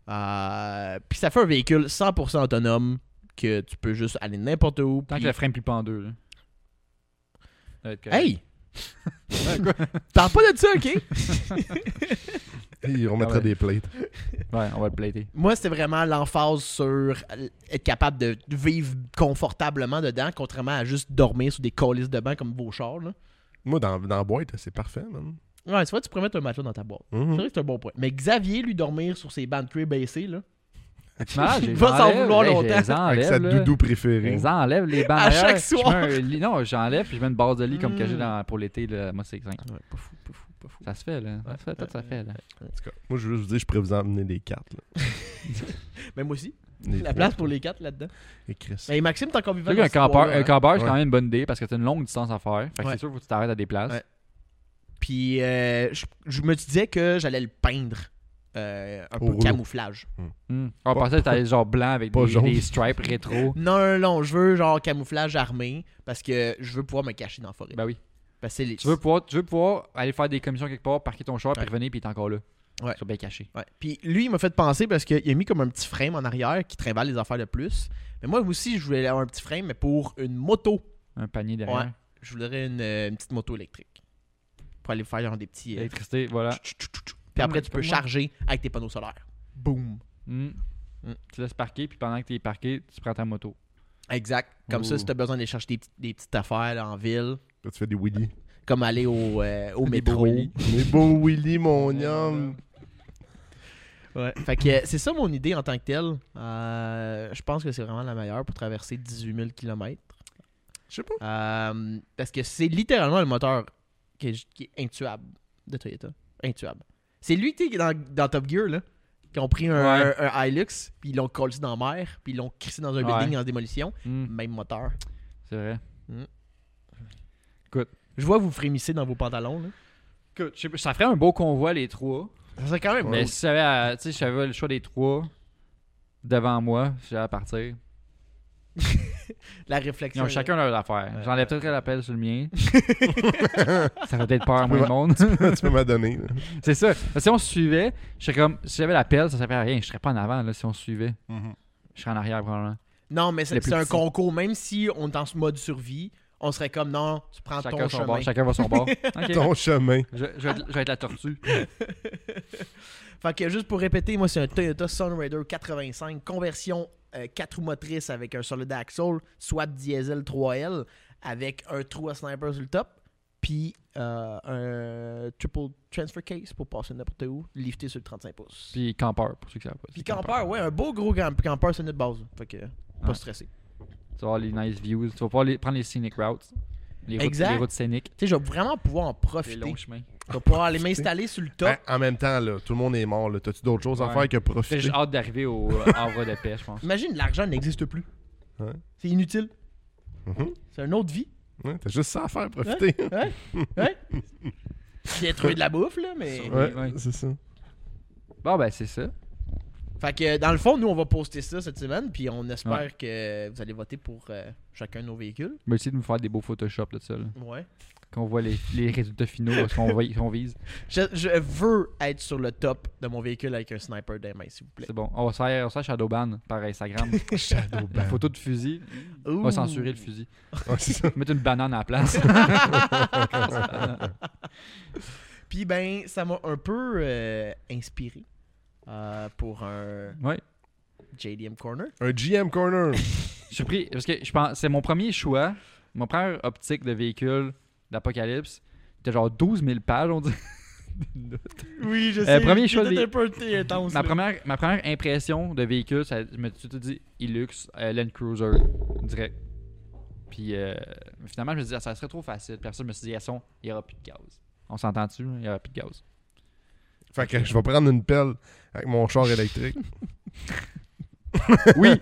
Euh, puis ça fait un véhicule 100% autonome que tu peux juste aller n'importe où. Tant puis- que le frein plie pas en deux, là. Ça va être correct. Hey! Ouais, quoi? Parle pas de ça, OK? Hey, on mettrait Ah ouais. des plates. Ouais, on va le plater. Moi, c'était vraiment l'emphase sur l- être capable de vivre confortablement dedans, contrairement à juste dormir sur des colisses de bain comme vos chars. Là. Moi, dans, dans la boîte, c'est parfait, man. Ouais, c'est vrai, tu pourrais mettre un matelas dans ta boîte. Mhm. C'est vrai que c'est un bon point. Mais Xavier, lui, dormir sur ses bancs de cuir baissés, là, Ah, j'ai- Il va s'en j'enlève, vouloir hey, longtemps. j'ai- j'enlève, Avec sa là. doudou préférée. Ils enlèvent les bancs À arrière, chaque je mets soir. un lit- Non, j'enlève puis je mets une base de lit comme que j'ai Mm. dans- pour l'été. là. Moi, c'est simple. pas fou, pas fou, pas fou. Ça se fait, là. Ça se fait, tout ça fait, là. En tout cas, moi, je veux juste vous dire, je pourrais vous en amener des cartes. Là. Mais moi aussi, Des la trois. place pour les quatre là-dedans. Et Chris. Mais Maxime, t'es encore vivant. Tu sais qu'un dans cette campeur, histoire-là, un hein. campeur, c'est Ouais. quand même une bonne idée parce que t'as une longue distance à faire. Fait que Ouais. c'est sûr, faut que tu t'arrêtes à des places. Ouais. hein. Puis euh, je, je me disais que j'allais le peindre euh, un Au peu rouleau. camouflage. Hmm. On pensait que t'allais genre blanc avec Pas des, jaune. des stripes rétro. Non, non, je veux genre camouflage armé parce que je veux pouvoir me cacher dans la forêt. ben oui. Parce que c'est les- Tu veux, pouvoir, tu veux pouvoir aller faire des commissions quelque part, parquer ton char, Ouais. puis revenir, puis il est encore là. Ouais. Tu bien caché. Ouais. Puis lui, il m'a fait penser parce qu'il a mis comme un petit frame en arrière qui trimballe les affaires de plus. Mais moi aussi, je voulais avoir un petit frame, mais pour une moto. Un panier derrière. Ouais. Je voudrais une, euh, une petite moto électrique. Pour aller faire genre, des petits. euh, Électricité, voilà. tchou, tchou, tchou, tchou. Puis après, tu peux Ah. Comme moi. charger avec tes panneaux solaires. Boum. Hmm. Hmm. Tu laisses parquer, puis pendant que t'es parqué, tu prends ta moto. Exact. Comme ça, Ouh. si tu as besoin d'aller chercher des, petites- des petites affaires là, en ville, Là, tu fais des wheelies. comme aller au, euh, au Des métro. beaux wheelies. Mes beaux wheelies, mon homme. Ouais. Fait que euh, c'est ça mon idée en tant que telle. Euh, je pense que c'est vraiment la meilleure pour traverser 18 000 km. Je sais pas. Euh, parce que c'est littéralement le moteur qui est, qui est intuable de Toyota. Intuable. C'est lui qui est dans, dans Top Gear, là. Qui ont pris un, Ouais. un- un Hilux, puis ils l'ont collé dans la mer, puis ils l'ont crissé dans un Ouais. building en démolition. Hmm. Même moteur. C'est vrai. Je vois vous frémissez dans vos pantalons, là. Écoute, je sais pas, ça ferait un beau convoi, les trois. Ça serait quand même Mais beau. si j'avais à- tu sais, si j'avais le choix des trois devant moi, si j'avais à partir. La Ils réflexion. ont là. chacun leur affaire. Ouais. J'enlève peut-être l'appel sur le mien. ça fait peut-être peur à moins de Ouais. monde. tu peux m'en donner. là. C'est ça. Si on se suivait, je serais comme. Si j'avais l'appel, ça servait à rien. Je serais pas en avant là, si on se suivait. Je serais en arrière probablement. Non, mais c'est Le plus c'est un petit. concours. Même si on est en ce mode survie, on serait comme non, tu prends Chacun, ton son chemin. bord, chacun va son bord. Ok. Ton chemin. Je, je vais être- je vais être la tortue. Fait que juste pour répéter, moi c'est un Toyota Sunraider 85, conversion 4 roues motrices avec un solid axle, soit diesel 3L, avec un trou à sniper sur le top, puis euh, un triple transfer case pour passer n'importe où, lifté sur le 35 pouces. Puis campeur, pour ceux qui savent pas. Puis C'est campeur, ouais, un beau gros camp- campeur, c'est notre base. Fait que, pas Ouais. stressé. Tu vas avoir les nice views. Tu vas pouvoir les- prendre les scenic routes. Les routes, Exact. les routes scéniques. Tu sais, je vais vraiment pouvoir en Les profiter. longs chemins. Je vais pouvoir aller m'installer sur le top. Hein, en même temps, là, tout le monde est mort. là. T'as-tu d'autres choses à Ouais. faire que J'ai profiter? juste hâte d'arriver au euh, havre de paix, je pense. Imagine, l'argent n'existe plus. Ouais. C'est inutile. Mhm. C'est une autre vie. Ouais, T'as juste ça à faire, profiter. Ouais? Ouais? Détruire de la bouffe, là, mais. Ouais. Ouais, c'est ça. Bon, ben, c'est ça. Fait que dans le fond, nous, on va poster ça cette semaine, puis on espère que vous allez voter pour euh, chacun de nos véhicules. Je vais essayer de me faire des beaux Photoshop là, de ça. là. Ouais. Qu'on voit les, les résultats finaux, euh, ce qu'on vi- qu'on vise. Je, je veux être sur le top de mon véhicule avec un sniper dans les mains, s'il vous plaît. C'est bon. On sert, on sert Shadowban par Instagram. La Shadowban. photo de fusil. On va censurer le fusil. Ouais, c'est ça. Mettre une banane à la place. Puis ben, ça m'a un peu euh, inspiré euh, pour un ouais. JDM Corner. Un GM Corner. Je suis pris parce que je pense c'est mon premier choix, mon première optique de véhicule d'Apocalypse. C'était genre 12 000 pages, on dit. Oui, je sais, Euh, premier il choix était des- un peu intense. ma, première, ma première impression de véhicule, ça, je me suis tout dit Hilux, euh, Land Cruiser, direct. Puis euh, finalement, je me suis dit, ah, ça serait trop facile. Puis après ça, je me suis dit, elles sont, il n'y aura plus de gaz. On s'entend-tu? hein? Il n'y aura plus de gaz. fait que je vais prendre une pelle avec mon char électrique. Oui!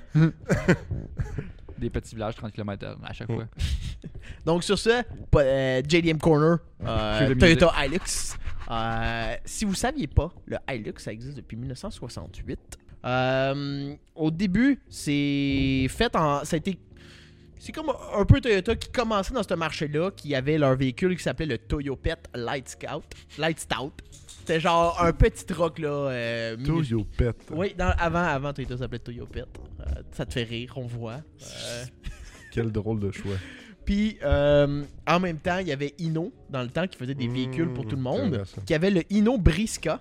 Des petits villages, 30 km à chaque fois. Oh. Donc sur ce, po- euh, JDM Corner, euh, Cue de Toyota Hilux. Euh, si vous saviez pas, le Hilux, ça existe depuis 1968. Euh, au début, c'est fait en... Ça a été... C'est comme un peu Toyota qui commençait dans ce marché-là, qui avait leur véhicule qui s'appelait le Toyopet Light Scout. Light Stout. C'était genre un petit truck là. euh, minuscule. Toujours pète. Oui, dans- avant, avant Toyota ça s'appelait Toyopet. Euh, ça te fait rire, on voit. Euh, Quel drôle de choix. Puis euh, en même temps, il y avait Inno dans le temps qui faisait des véhicules pour Mmh, tout le j'aime monde, bien ça. qui avait le Inno Brisca.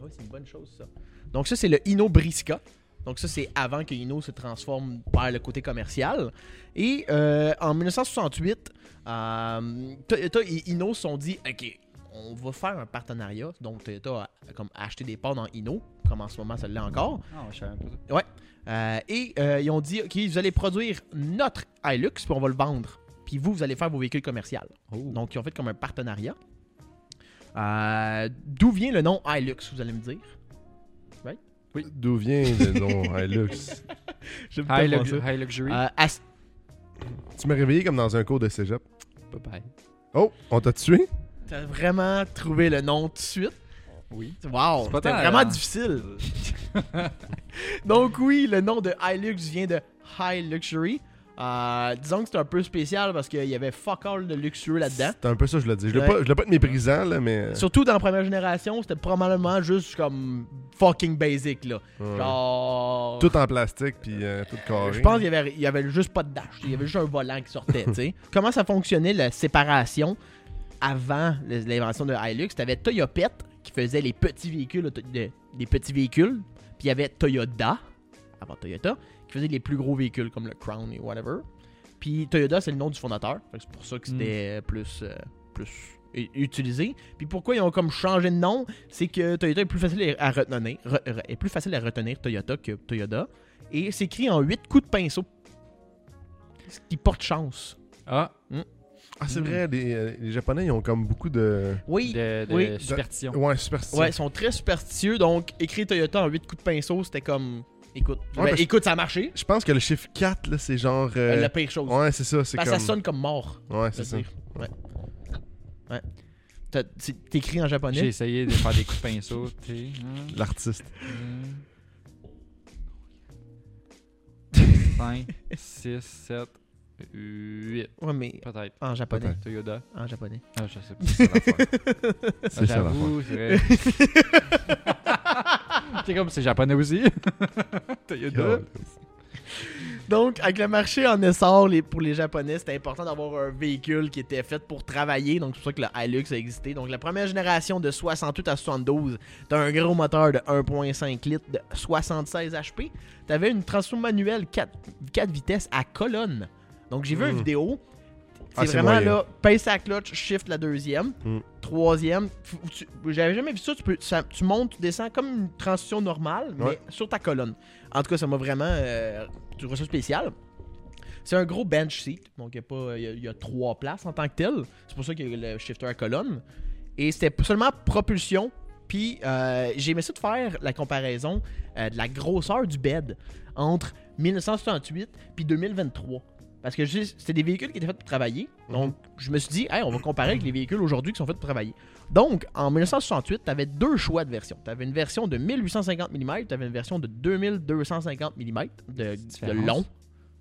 Oui, c'est une bonne chose ça. Donc ça c'est le Inno Brisca. Donc ça c'est avant que Inno se transforme vers le côté commercial. Et euh, en 1968, euh, Toyota et Inno se sont dit OK, on va faire un partenariat. Donc Toyota a, a comme acheté des parts dans Inno, comme en ce moment ça l'est encore. Non, Ah, je savais pas ça. Euh, et euh, ils ont dit, OK, vous allez produire notre Hilux, puis on va le vendre. Puis vous, vous allez faire vos véhicules commerciaux. Oh. Donc, ils ont fait comme un partenariat. Euh, D'où vient le nom Hilux, vous allez me dire? D'où vient le nom Hilux? J'aime High, lux- high Luxury. Euh, Tu m'as réveillé comme dans un cours de cégep. Bye bye. Oh, on t'a tué? T'as vraiment trouvé le nom tout de suite? Oui. Wow, C'est pas c'était tant, vraiment hein. difficile. Donc oui, le nom de Hilux vient de High Luxury. Euh, disons que c'est un peu spécial parce qu'il y avait fuck all de luxueux là-dedans. C'est un peu ça, je l'ai dit. Je l'ai Ouais. pas, je l'ai pas de méprisant, là, mais. Euh. Surtout dans la première génération, c'était probablement juste comme fucking basic là. Ouais. Genre. Tout en plastique, puis euh, tout carré. Je pense qu'il y avait, il y avait juste pas de dash. Il y avait juste un volant qui sortait, tu sais. Comment ça fonctionnait la séparation avant le- l'invention de Hilux T'avais Toyopet qui faisait les petits véhicules, auto- de- des petits véhicules. Puis il y avait Toyota, avant Toyota, qui faisait les plus gros véhicules comme le Crown et whatever. Puis Toyota, c'est le nom du fondateur. Fait que C'est pour ça que Hmm. c'était plus, euh, plus u- utilisé. Puis pourquoi ils ont comme changé de nom C'est que Toyota est plus facile à retenir, re- re- est plus facile à retenir Toyota que Toyota. Et c'est écrit en 8 coups de pinceau. Ce qui porte chance. Ah, Ah, c'est vrai, les, euh, les Japonais, ils ont comme beaucoup de. Oui. de, de oui. superstition. Ouais, superstition. Ouais, ils sont très superstitieux. Donc, écrire Toyota en 8 coups de pinceau, c'était comme. Écoute, Ouais, ben, parce- écoute, ça a marché. Je pense que le chiffre 4, là, c'est genre. euh, la pire chose. Ouais, c'est ça, c'est Parce que comme. ça sonne comme mort. Ouais, c'est je veux ça. dire. Ouais. Ouais. T'as- c'est- T'écris en J'ai japonais. essayé de faire des coups de pinceau. t'sais. Hein, L'artiste. hein. 5, 6, 7, 8. Ouais, mais Peut-être. en japonais. Peut-être. Toyota. En japonais. Ah, je sais pas. C'est ça l'affaire. C'est ça Ah, l'affaire. J'avoue, c'est vrai. c'est comme c'est japonais aussi. Toyota. Donc, avec le marché en essor les- pour les Japonais, c'était important d'avoir un véhicule qui était fait pour travailler. Donc, c'est pour ça que le Hilux a existé. Donc, la première génération de 68 à 72, t'as un gros moteur de 1.5 litres de 76 HP. T'avais une transmission manuelle 4, 4 vitesses à colonne. Donc, j'ai vu Mm. une vidéo. C'est Ah, c'est vraiment moyen. là, pince à la clutch, shift la deuxième, Mm. troisième. F- tu- J'avais jamais vu ça. Tu, peux, ça- tu montes, tu descends comme une transition normale, mais Ouais. sur ta colonne. En tout cas, ça m'a vraiment. euh, tu vois ça spécial. C'est un gros bench seat, donc il y, a pas- il y a- il y a trois places en tant que tel. C'est pour ça qu'il y a le shifter à colonne. Et c'était p- seulement propulsion. Puis euh, j'ai aimé ça de faire la comparaison euh, de la grosseur du bed entre 1968 puis 2023. Parce Parce que juste- c'était des véhicules qui étaient faits pour travailler. Donc, je me suis dit, hey, on va comparer avec les véhicules aujourd'hui qui sont faits pour travailler. Donc, en 1968, tu avais deux choix de version. Tu avais une version de 1850 mm, tu avais une version de 2250 mm de, de différence. long,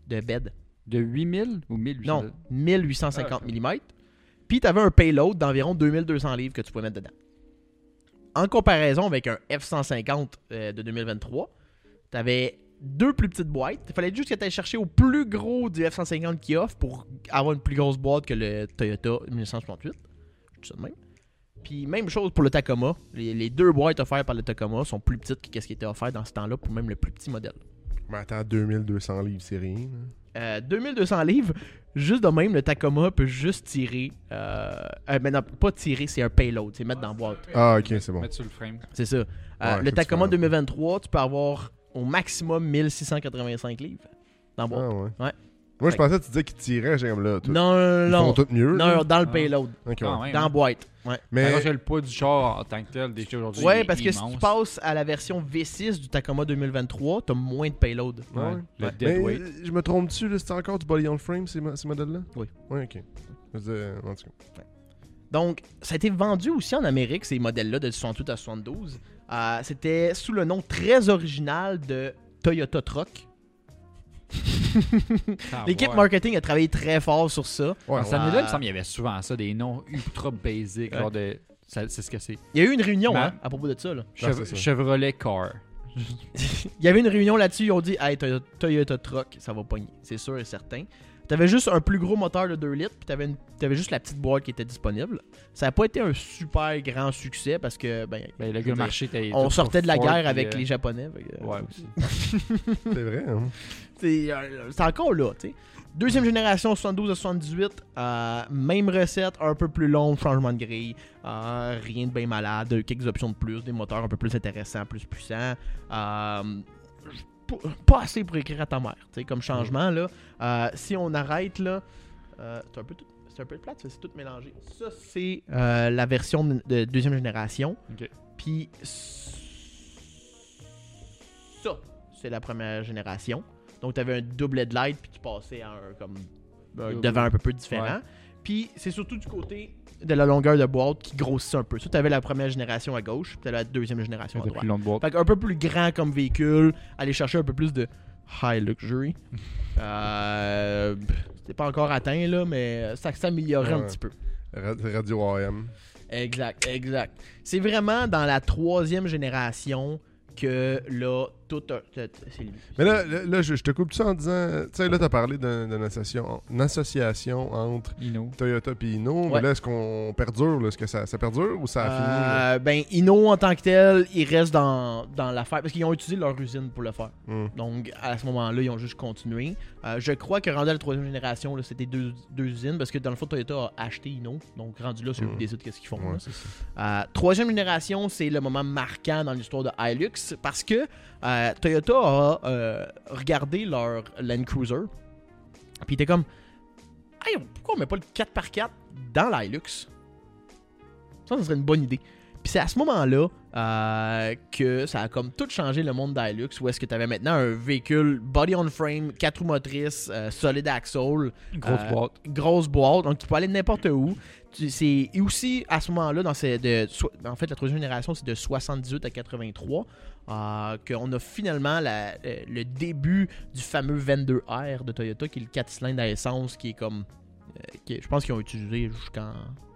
de bed. De 8000 ou 1800 Non, 1850 Ah, mm. Puis tu avais un payload d'environ 2200 livres que tu pouvais mettre dedans. En comparaison avec un F-150 euh, de 2023, tu avais deux plus petites boîtes. Il fallait juste que tu ailles chercher au plus gros du F-150 qui offre pour avoir une plus grosse boîte que le Toyota 1968. Tout ça de même. Puis même chose pour le Tacoma. Les, les deux boîtes offertes par le Tacoma sont plus petites que ce qui était offert dans ce temps-là pour même le plus petit modèle. Mais attends, 2200 livres, c'est rien. là. Euh, 2200 livres, juste de même, le Tacoma peut juste tirer. Euh, euh, mais non, pas tirer, c'est un payload, c'est mettre dans la boîte. Ah, ok, c'est bon. Mettre sur le frame. C'est ça. Euh, Ouais, le que Tacoma tu peux- 2023, tu peux avoir au maximum 1685 livres dans la Ah, boîte. ouais. Ouais. Moi, je pensais que tu disais qu'ils tiraient, j'ai comme là. tout- non, non, Ils non, font non. tout mieux. là. Non, dans le Ah. payload, Ok, ouais. Quand même. dans la boîte. Ouais, Ça Mais rachète le poids du char en tant que tel, déjà aujourd'hui. Ouais, il est parce que si immense. tu passes à la version V6 du Tacoma 2023, t'as moins de payload. Ouais, Ouais. Le Ouais. dead Mais, weight. euh, je me trompe-tu, là, c'est encore du body on frame, ces, mo- ces modèles-là? Oui. Oui, ok. Je veux dire, en tout cas. Donc, ça a été vendu aussi en Amérique, ces modèles-là, de 68 à 72. Euh, C'était sous le nom très original de Toyota Truck. Sans L'équipe voir. marketing a travaillé très fort sur Ah, ça. Ouais, En ouais. cette année-là, il me semble qu'il y avait souvent ça, des noms ultra basic, genre de. ça- C'est ce que c'est. Il y a eu une réunion Ma- hein, à propos de ça. là. Non, Chev- c'est ça. Chevrolet Car. Il y avait une réunion là-dessus, ils ont dit Hey, Toyota, Toyota Truck, ça va pogner, c'est sûr et certain. T'avais juste un plus gros moteur de 2 litres, puis t'avais, une- t'avais juste la petite boîte qui était disponible. Ça n'a pas été un super grand succès parce que ben, Ben, le Je veux gars dire, marché était. on tout sortait de la Ford, guerre puis, avec euh, les Japonais. fait que- Ouais, aussi. C'est vrai, hein? C'est euh, c'est encore là, tu sais. Deuxième génération, 72 à 78, euh, même recette, un peu plus long, changement de grille, euh, rien de bien malade, quelques options de plus, des moteurs un peu plus intéressants, plus puissants. euh, j- p- pas assez pour écrire à ta mère, tu sais, comme changement, là. Euh, si on arrête, là, euh, c'est un peu tout- C'est un peu plate, c'est tout mélangé. Ça, c'est euh, la version de- de deuxième génération. Ok. Puis, ça, c'est la première génération. Donc, tu avais un double headlight, puis tu passais à un comme un Double. ben, devant un peu, peu différent. Ouais. Puis, c'est surtout du côté de la longueur de boîte qui grossit un peu. Ça, tu avais la première génération à gauche, puis tu la deuxième génération à C'était droite. plus long de boîte. Fait un peu plus grand comme véhicule, aller chercher un peu plus de high luxury. euh, C'était pas encore atteint, là, mais ça s'améliorait un Ouais. petit peu. Ra- Radio AM. Exact, exact. C'est vraiment dans la troisième génération que là, tout. a- tout- c'est- Mais là, là, là, je, je te coupe tout ça en disant. euh, Tu sais, là, t'as parlé d'un- d'une association, une association entre Inno. Toyota et Inno. Ouais. Mais là, est-ce qu'on perdure? là? Est-ce que ça, ça perdure ou ça a fini? là? Euh, ben, Inno en tant que tel, ils restent dans, dans l'affaire parce qu'ils ont utilisé leur usine pour le faire. Hum. Donc, à ce moment-là, ils ont juste continué. Euh, je crois que rendu à la troisième génération, là, c'était deux, deux usines parce que dans le fond, Toyota a acheté Inno. Donc, rendu là, c'est eux Mm. qui décident qu'est-ce qu'ils font. Ouais, là. c'est ça. Euh, troisième génération, c'est le moment marquant dans l'histoire de Hilux parce que euh, Toyota a euh, regardé leur Land Cruiser. Puis il était comme Hey, pourquoi on met pas le 4x4 dans l'Hilux Ça, ça serait une bonne idée. Puis c'est à ce moment-là euh, que ça a comme tout changé le monde d'Hilux où est-ce que tu avais maintenant un véhicule body on frame, 4 roues motrices, euh, solide axle, Grosse Euh, boîte. grosse boîte, donc tu peux aller n'importe où. Tu- c'est- Et aussi, à ce moment-là, dans ces, de, so- en fait, la troisième génération, c'est de 78 à 83, euh, qu'on a finalement la- euh, le début du fameux 22R de Toyota, qui est le 4 cylindres à essence, qui est comme... euh, qui- je pense qu'ils ont utilisé jusqu'en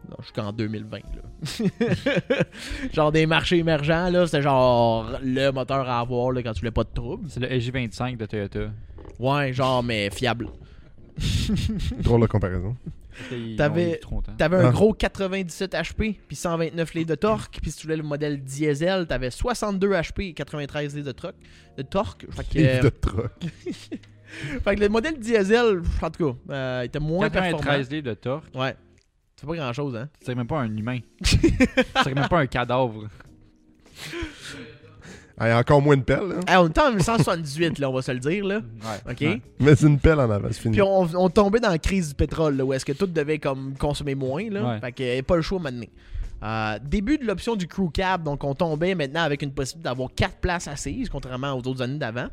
non, jusqu'en 2020. là. genre des marchés émergents, là, c'était genre le moteur à avoir là, quand tu voulais pas de trouble. C'est le SG25 de Toyota. Ouais, genre, mais fiable. Drôle de comparaison. Ils T'avais- ont eu trop longtemps. T'avais un Ah. gros 97 HP, puis 129 livres de torque, puis si tu voulais le modèle diesel, t'avais 62 HP et 93 livres de, troc- de torque. Fait que, euh, Livre de truck. fait que le modèle diesel, pff, en tout cas, euh, il était moins performant. 93 livres de torque. Ouais. C'est pas grand chose, hein? C'est même pas un humain. C'est même pas un cadavre. Hey, encore moins de pelle. hein? Hey, on était en 1978, là, on va se le dire, là. Ouais. OK? Ouais. Mais c'est une pelle en avant, c'est fini. Puis on, on tombait dans la crise du pétrole, là, où est-ce que tout devait comme consommer moins, là. Ouais. Fait qu'il n'y avait pas le choix maintenant. Euh, début de l'option du crew cab, donc on tombait maintenant avec une possibilité d'avoir 4 places assises, contrairement aux autres années d'avant.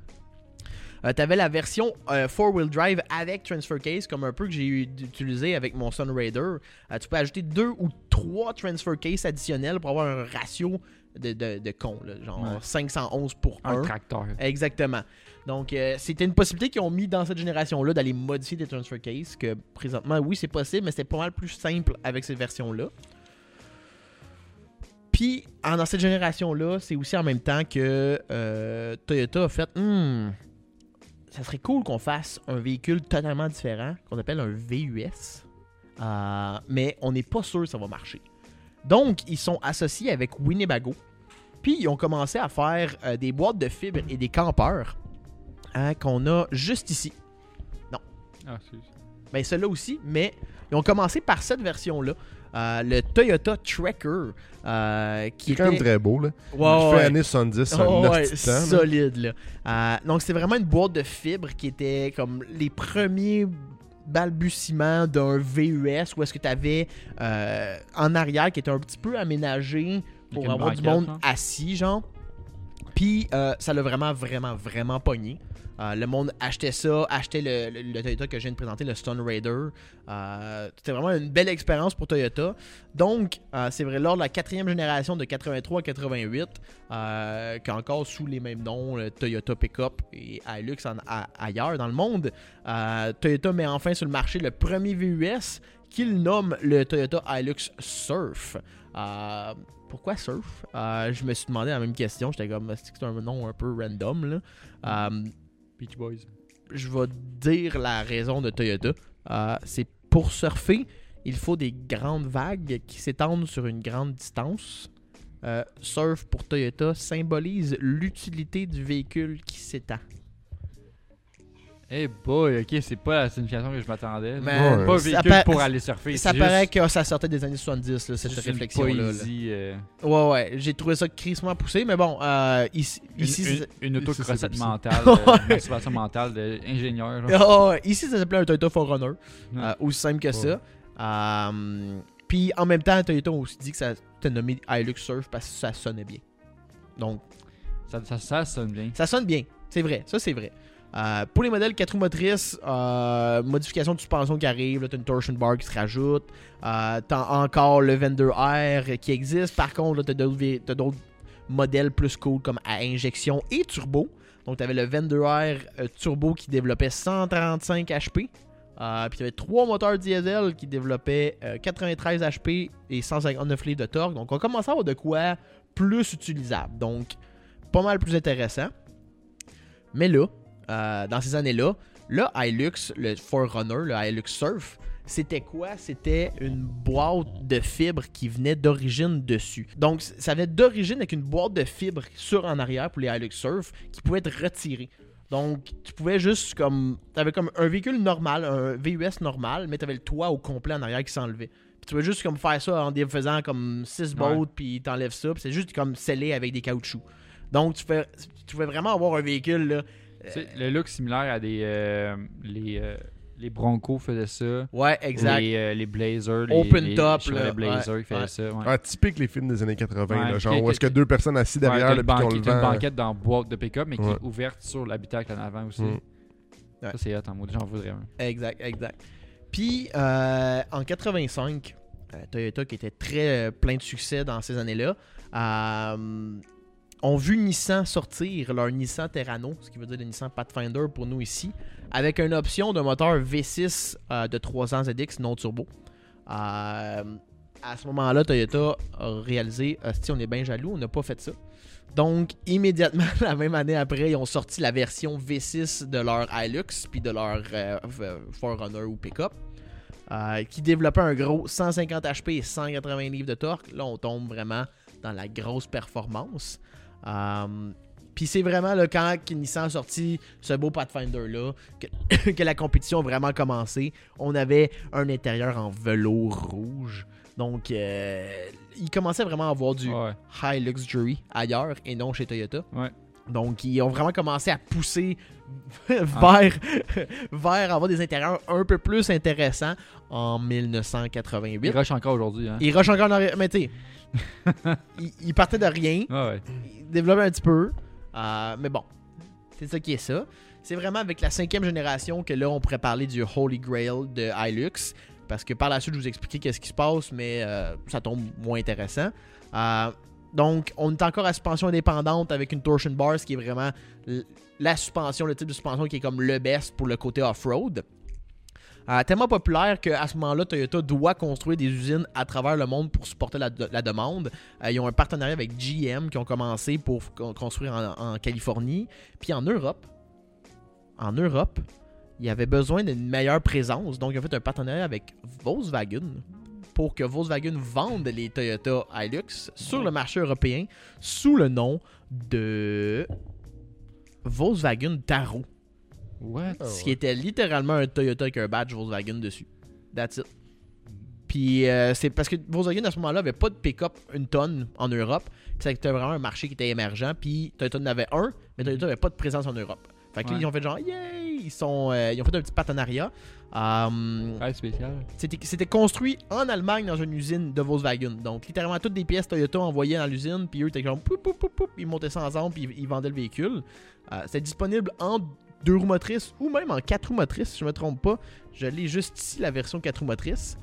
Euh, T'avais la version euh, four-wheel drive avec transfer case, comme un peu que j'ai eu- utilisé avec mon Sun Raider. Euh, tu peux ajouter deux ou trois transfer case additionnels pour avoir un ratio de, de, de con, là, genre Ouais. 511 pour Un 1. tracteur. Exactement. Donc, euh, c'était une possibilité qu'ils ont mis dans cette génération-là d'aller modifier des transfer cases, que présentement, oui, c'est possible, mais c'était pas mal plus simple avec cette version-là. Puis, en- dans cette génération-là, c'est aussi en même temps que euh, Toyota a fait Hmm, ça serait cool qu'on fasse un véhicule totalement différent, qu'on appelle un VUS, Euh, mais on n'est pas sûr que ça va marcher. Donc, ils sont associés avec Winnebago, puis ils ont commencé à faire euh, des boîtes de fibres et des campeurs hein, qu'on a juste ici. Ah, c'est- Ben celle-là aussi, mais ils ont commencé par cette version-là. Euh, le Toyota Tracker euh, qui C'est était... quand même très beau, là. Ouais, ouais, Il fait ouais. années 70, c'est Oh, un ouais, hostie de temps, là. solide là. Euh, donc c'était vraiment une boîte de fibres qui était comme les premiers balbutiements d'un VUS où est-ce que tu avais euh, en arrière qui était un petit peu aménagé Avec pour une hein. avoir du banquette, monde genre. assis genre. Puis euh, ça l'a vraiment vraiment vraiment pogné. Euh, le monde achetait ça, achetait le, le- le Toyota que je viens de présenter, le Stone Raider. Euh, C'était vraiment une belle expérience pour Toyota. Donc, euh, c'est vrai, lors de la quatrième génération de 83 à 88, euh, qui est encore sous les mêmes noms, le Toyota Pickup et Hilux en- a- ailleurs dans le monde, euh, Toyota met enfin sur le marché le premier VUS qu'il nomme le Toyota Hilux Surf. Euh, pourquoi Surf Euh, Je me suis demandé la même question. J'étais comme, est-ce que c'est un nom un peu random là? Euh, Beach Boys. je vais dire la raison de Toyota. Euh, c'est pour surfer, il faut des grandes vagues qui s'étendent sur une grande distance. Euh, surf pour Toyota symbolise l'utilité du véhicule qui s'étend. Eh boy, ok, c'est pas la signification que je m'attendais. Mais Ouais. Euh, Pas un ça véhicule appara- pour aller surfer. Ça c'est paraît juste- que ça sortait des années 70, là, c'est cette juste une réflexion-là. là. poésie, euh, Ouais, ouais, j'ai trouvé ça crissement poussé, mais bon, euh, ici, une- ici, une, c'est- une, ici, c'est autocrossette comme ça. mentale, Ouais. euh, masturbation mentale d'ingénieur. genre. Oh, ici, ça s'appelait un Toyota Forerunner. Ouais. Euh, aussi simple que Ouais. ça. Euh, Puis en même temps, Toyota a aussi dit que ça t'a nommé Hilux Surf parce que ça sonnait bien. Donc, Ça, ça, ça sonne bien. ça sonne bien. C'est vrai. Ça, c'est vrai. Euh, pour les modèles 4 roues motrices, euh, modification de suspension qui arrive, là, t'as une torsion bar qui se rajoute, euh, t'as encore le 22R qui existe. Par contre, là, t'as d'autres vé- t'as d'autres modèles plus cool comme à injection et turbo. Donc, t'avais le 22R euh, turbo qui développait 135 HP. Euh, puis t'avais trois moteurs diesel qui développaient euh, 93 HP et 159 livres de torque. Donc, on commençait à avoir de quoi plus utilisable. Donc, pas mal plus intéressant. Mais là, euh, dans ces années-là, le Hilux, le Forerunner, le Hilux Surf, c'était quoi? C'était une boîte de fibres qui venait d'origine dessus. Donc, c- ça venait d'origine avec une boîte de fibres sur en arrière pour les Hilux Surf qui pouvait être retirée. Donc, tu pouvais juste comme. T'avais comme un véhicule normal, un VUS normal, mais t'avais le toit au complet en arrière qui s'enlevait. Puis tu pouvais juste comme faire ça en dé- faisant comme 6 Ouais. bottes, puis t'enlèves ça, puis c'est juste comme scellé avec des caoutchoucs. Donc, tu pouvais, tu pouvais vraiment avoir un véhicule, là. Tu sais, le look similaire à des. euh, les, euh, les Broncos faisaient ça. Ouais, exact. Les, euh, les Blazers. Les, Open les top, Chevrolet là. Blazers Ouais, qui faisaient ouais. ça. Ouais. Ah, typique les films des années 80, Ouais, là, genre qui- où est-ce que qui- deux personnes assises Ouais, derrière t'as le une puis qu'on banquette- le t'as une vend. banquette dans la boîte de pick-up, mais qui Ouais. est ouverte sur l'habitacle en avant aussi. Mm. Ouais. Ça, c'est hot en mode, j'en voudrais un. Exact, exact. Puis, euh, en 85, euh, Toyota, qui était très euh, plein de succès dans ces années-là, euh, ont vu Nissan sortir leur Nissan Terrano, ce qui veut dire le Nissan Pathfinder pour nous ici, avec une option d'un moteur V6 euh, de 300 ZX non turbo. Euh, à ce moment-là, Toyota a réalisé euh, si on est bien jaloux, on n'a pas fait ça. Donc, immédiatement, la même année après, ils ont sorti la version V6 de leur Hilux, puis de leur euh, F- Forerunner ou Pickup, euh, qui développait un gros 150 HP et 180 livres de torque. Là, on tombe vraiment dans la grosse performance. Euh, puis c'est vraiment là, quand que Nissan a sorti ce beau Pathfinder-là que, que la compétition a vraiment commencé. On avait un intérieur en velours rouge. Donc, euh, il commençait vraiment à avoir du, Ouais. high luxury ailleurs et non chez Toyota. Ouais. Donc, ils ont vraiment commencé à pousser vers, vers avoir des intérieurs un peu plus intéressants en Ils 1988. rushent encore aujourd'hui. Hein. Ils rushent encore en arrière, mais tu sais, ils, ils partaient de rien, Ouais, ouais. ils développaient un petit peu, euh, mais bon, c'est ça qui est ça. C'est vraiment avec la cinquième génération que là, on pourrait parler du Holy Grail de Hilux. Parce que par la suite, je vous expliquer qu'est-ce qui se passe, mais euh, ça tombe moins intéressant. Euh, donc, on est encore à suspension indépendante avec une torsion bar, ce qui est vraiment l- la suspension, le type de suspension qui est comme le best pour le côté off-road. Euh, tellement populaire qu'à ce moment-là, Toyota doit construire des usines à travers le monde pour supporter la, de- la demande. Euh, ils ont un partenariat avec GM qui ont commencé pour f- con- construire en, en Californie. Puis en Europe, en Europe, il y avait besoin d'une meilleure présence. Donc, ils ont fait un partenariat avec Volkswagen pour que Volkswagen vende les Toyota Hilux sur le marché européen sous le nom de Volkswagen Taro. What? Ah Ce ouais. qui était littéralement un Toyota avec un badge Volkswagen dessus. That's it. Puis euh, c'est parce que Volkswagen à ce moment-là avait pas de pick-up une tonne en Europe. Puis C'était vraiment un marché qui était émergent. Puis Toyota en avait un, mais Toyota avait pas de présence en Europe. Fait que là, Ouais. ils ont fait genre, yay! Ils, sont, euh, ils ont fait un petit partenariat. Euh, Ouais, spécial. c'était c'était construit en Allemagne dans une usine de Volkswagen. Donc, littéralement, toutes des pièces Toyota envoyées dans l'usine, puis eux étaient comme poup, poup, poup, poup, ils montaient ça ensemble, puis ils, ils vendaient le véhicule. Euh, C'était disponible en deux roues motrices ou même en quatre roues motrices, si je me trompe pas. Je l'ai juste ici, la version quatre roues motrices.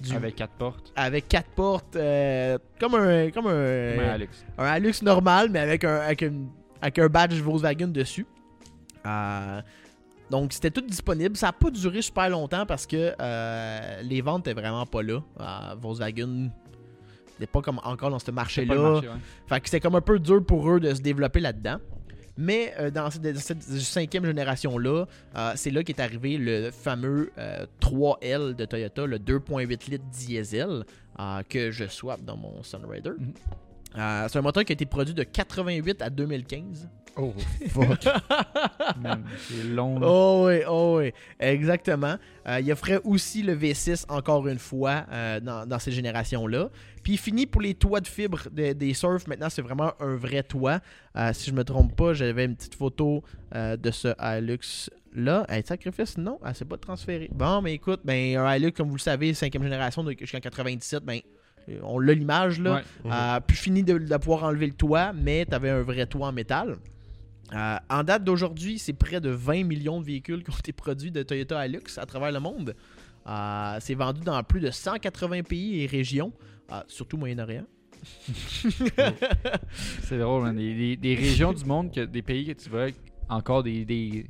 Du- Avec quatre portes. avec quatre portes, euh, comme un. Comme un. Comme un Alex. un Hilux normal, mais avec un, avec une- avec un badge Volkswagen dessus. Euh, donc, c'était tout disponible. Ça n'a pas duré super longtemps parce que euh, les ventes étaient vraiment pas là. Euh, Volkswagen n'était pas comme encore dans ce C'est marché-là. pas le marché, ouais. Fait que c'était comme un peu dur pour eux de se développer là-dedans. Mais euh, dans cette, dans cette cinquième génération-là, euh, c'est là qu'est arrivé le fameux euh, 3L de Toyota, le 2.8 litres diesel, euh, que je swap dans mon Sunrider. Mhm. Euh, c'est un moteur qui a été produit de 88 à 2015. Oh, fuck. Man, C'est long. là. Oh oui, oh oui, exactement. Euh, il offrait aussi le V6 encore une fois euh, dans, dans ces générations-là. Puis fini pour les toits de fibre de- des surf. Maintenant, c'est vraiment un vrai toit. Euh, si je me trompe pas, j'avais une petite photo euh, de ce Hilux. Là, elle est sacrifice, non, elle s'est pas transférée. Bon, mais écoute, ben, un Hilux, comme vous le savez, 5e génération de- jusqu'en 97, ben, euh, on l'a l'image là. Ouais. Euh, puis fini de, de pouvoir enlever le toit, mais tu avais un vrai toit en métal. Euh, en date d'aujourd'hui, c'est près de 20 millions de véhicules qui ont été produits de Toyota Hilux à travers le monde. Euh, c'est vendu dans plus de 180 pays et régions, euh, surtout Moyen-Orient. C'est drôle, man. Des, des- des régions du monde, que, des pays que tu vois, encore des, des,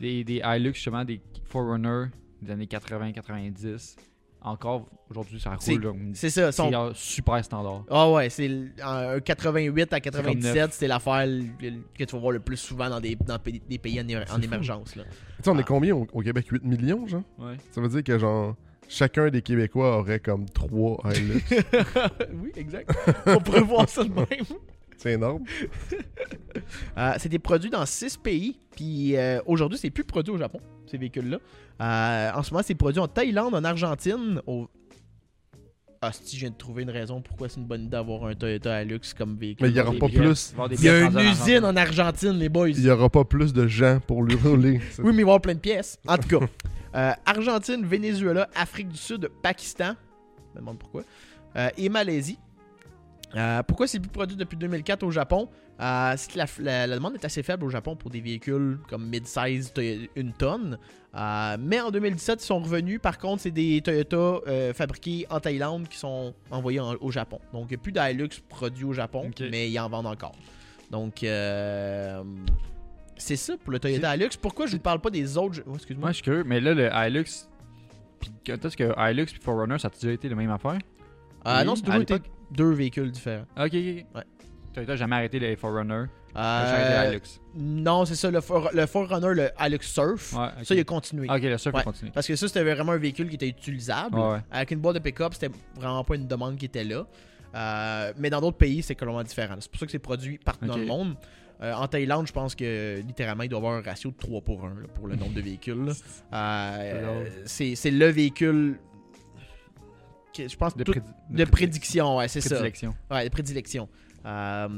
des, des Hilux, justement, des Forerunner des années 80-90. Encore aujourd'hui, ça roule. là. C'est ça. C'est Son... genre super standard. Ah ouais, c'est l- euh, 88 à 97, 59. c'est l'affaire l- l- que tu vas voir le plus souvent dans des, dans p- des pays en, en émergence. là. tu sais, on Ah. est combien au, au Québec 8 millions, genre Ouais. Ça veut dire que, genre, chacun des Québécois aurait comme 3 Hilux. oui, exact. On pourrait voir ça de même. C'est énorme. Euh, c'était produit dans 6 pays, puis euh, aujourd'hui, c'est plus produit au Japon, ces véhicules-là. Euh, en ce moment, c'est produit en Thaïlande, en Argentine, au. Ah, si, je viens de trouver une raison pourquoi c'est une bonne idée d'avoir un Toyota Hilux comme véhicule. Mais il y aura Des pas billets, plus. voir des Il y a billets une rendus en usine Argentine. en Argentine, les boys. Il n'y aura pas plus de gens pour lui rouler. C'est- Oui, mais il va y avoir plein de pièces. En tout cas, euh, Argentine, Venezuela, Afrique du Sud, Pakistan, je me demande pourquoi, euh, et Malaisie. Euh, pourquoi c'est plus produit depuis 2004 au Japon Euh, C'est que la, la- la demande est assez faible au Japon pour des véhicules comme mid-size, Toy- une tonne. Euh, mais en 2017, ils sont revenus. Par contre, c'est des Toyota euh, fabriqués en Thaïlande qui sont envoyés en- au Japon. Donc, il n'y a plus d'Hilux produit au Japon, Ok. mais ils en vendent encore. Donc, euh, c'est ça pour le Toyota Hilux. Pourquoi je vous parle pas des autres. oh, excuse-moi. Moi, je suis curieux, mais là, le Hilux. Puis quand est-ce que Hilux puis Forerunner, ça a déjà été la même affaire Ah non, c'est à toujours été l'époque. deux véhicules différents. Ok, ok. Ouais. T'as- T'as jamais arrêté les Forerunner T'as Euh, jamais arrêté les Hilux. non, c'est ça, le, For- le Forerunner, le Hilux Surf, Ouais, ok. ça, il a continué. Ah, ok, le surf Ouais. Ah, il continue. Parce que ça, c'était vraiment un véhicule qui était utilisable. Ouais, ouais. Avec une boîte de pick-up, c'était vraiment pas une demande qui était là. Euh, mais dans d'autres pays, c'est complètement différent. C'est pour ça que c'est produit partout dans Ok. le monde. Euh, en Thaïlande, je pense que littéralement, il doit y avoir un ratio de 3 pour 1 là, pour le nombre de véhicules. là. Euh, drôle. c'est c'est le véhicule. que je pense De, tout- prédi- de prédiction, ouais, c'est ça. prédilection. Ouais, de prédilection. Euh,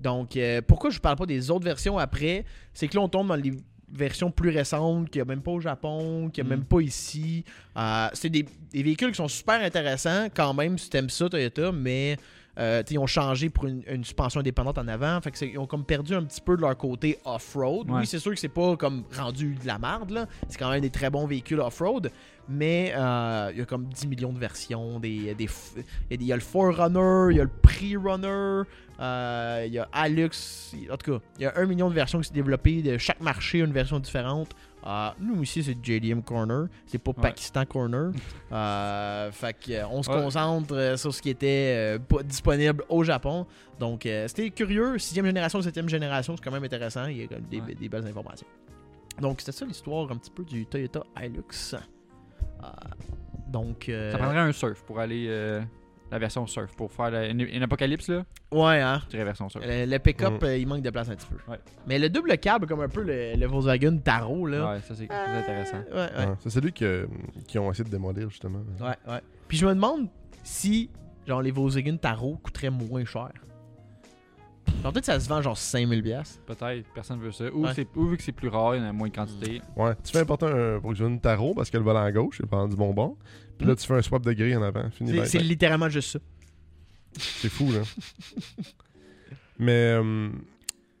donc, euh, pourquoi je ne parle pas des autres versions après C'est que là, on tombe dans les versions plus récentes qu'il n'y a même pas au Japon, qu'il n'y a Mm. même pas ici. Euh, c'est des, des véhicules qui sont super intéressants quand même si tu aimes ça, Toyota, mais Euh, tu sais, ils ont changé pour une, une suspension indépendante en avant. Fait que c'est- ils ont comme perdu un petit peu de leur côté off-road. Ouais. Oui, c'est sûr que c'est pas comme rendu de la marde, là. C'est quand même des très bons véhicules off-road. Mais euh, il y a comme 10 millions de versions. Des, des f- il, y a des- il y a le Forerunner, il y a le Pre-Runner, euh, il y a Alux. En tout cas, il y a un million de versions qui s'est développées. De chaque marché, une version différente. Euh, nous aussi, c'est JDM Corner. C'est pas Ouais. Pakistan Corner. Euh, fait que, euh, on se Ouais. concentre euh, sur ce qui était euh, pas disponible au Japon. Donc, euh, c'était curieux. Sixième génération, septième génération, c'est quand même intéressant. Il y a comme des, Ouais. des belles informations. Donc, c'était ça l'histoire un petit peu du Toyota Hilux. Euh, donc, euh, Ça prendrait un surf pour aller. euh, la version surf. Pour faire la- une, une apocalypse, là, ouais, hein. je dirais version surf. Le, le pick-up, Mm. euh, il manque de place un petit peu. Ouais. Mais le double câble, comme un peu le, le Volkswagen Taro, là. Euh, Ouais, ça c'est c'est intéressant. Ouais, ouais. Ouais, C'est celui que- qu'ils ont essayé de démolir, justement. Ouais, ouais. Puis je me demande si, genre, les Volkswagen Taro coûteraient moins cher. Genre, peut-être ça se vend genre 5000$. piastres. Peut-être, personne veut ça. Ou, Ouais. c'est- ou vu que c'est plus rare, il y en a moins de quantité. Ouais. Tu fais important un Volkswagen Tarot parce que le volant gauche est vraiment du bonbon. Puis là, Mm. tu fais un swap de gris en avant. Fini, C'est bye, c'est bye. littéralement juste ça. C'est fou, là. Mais euh,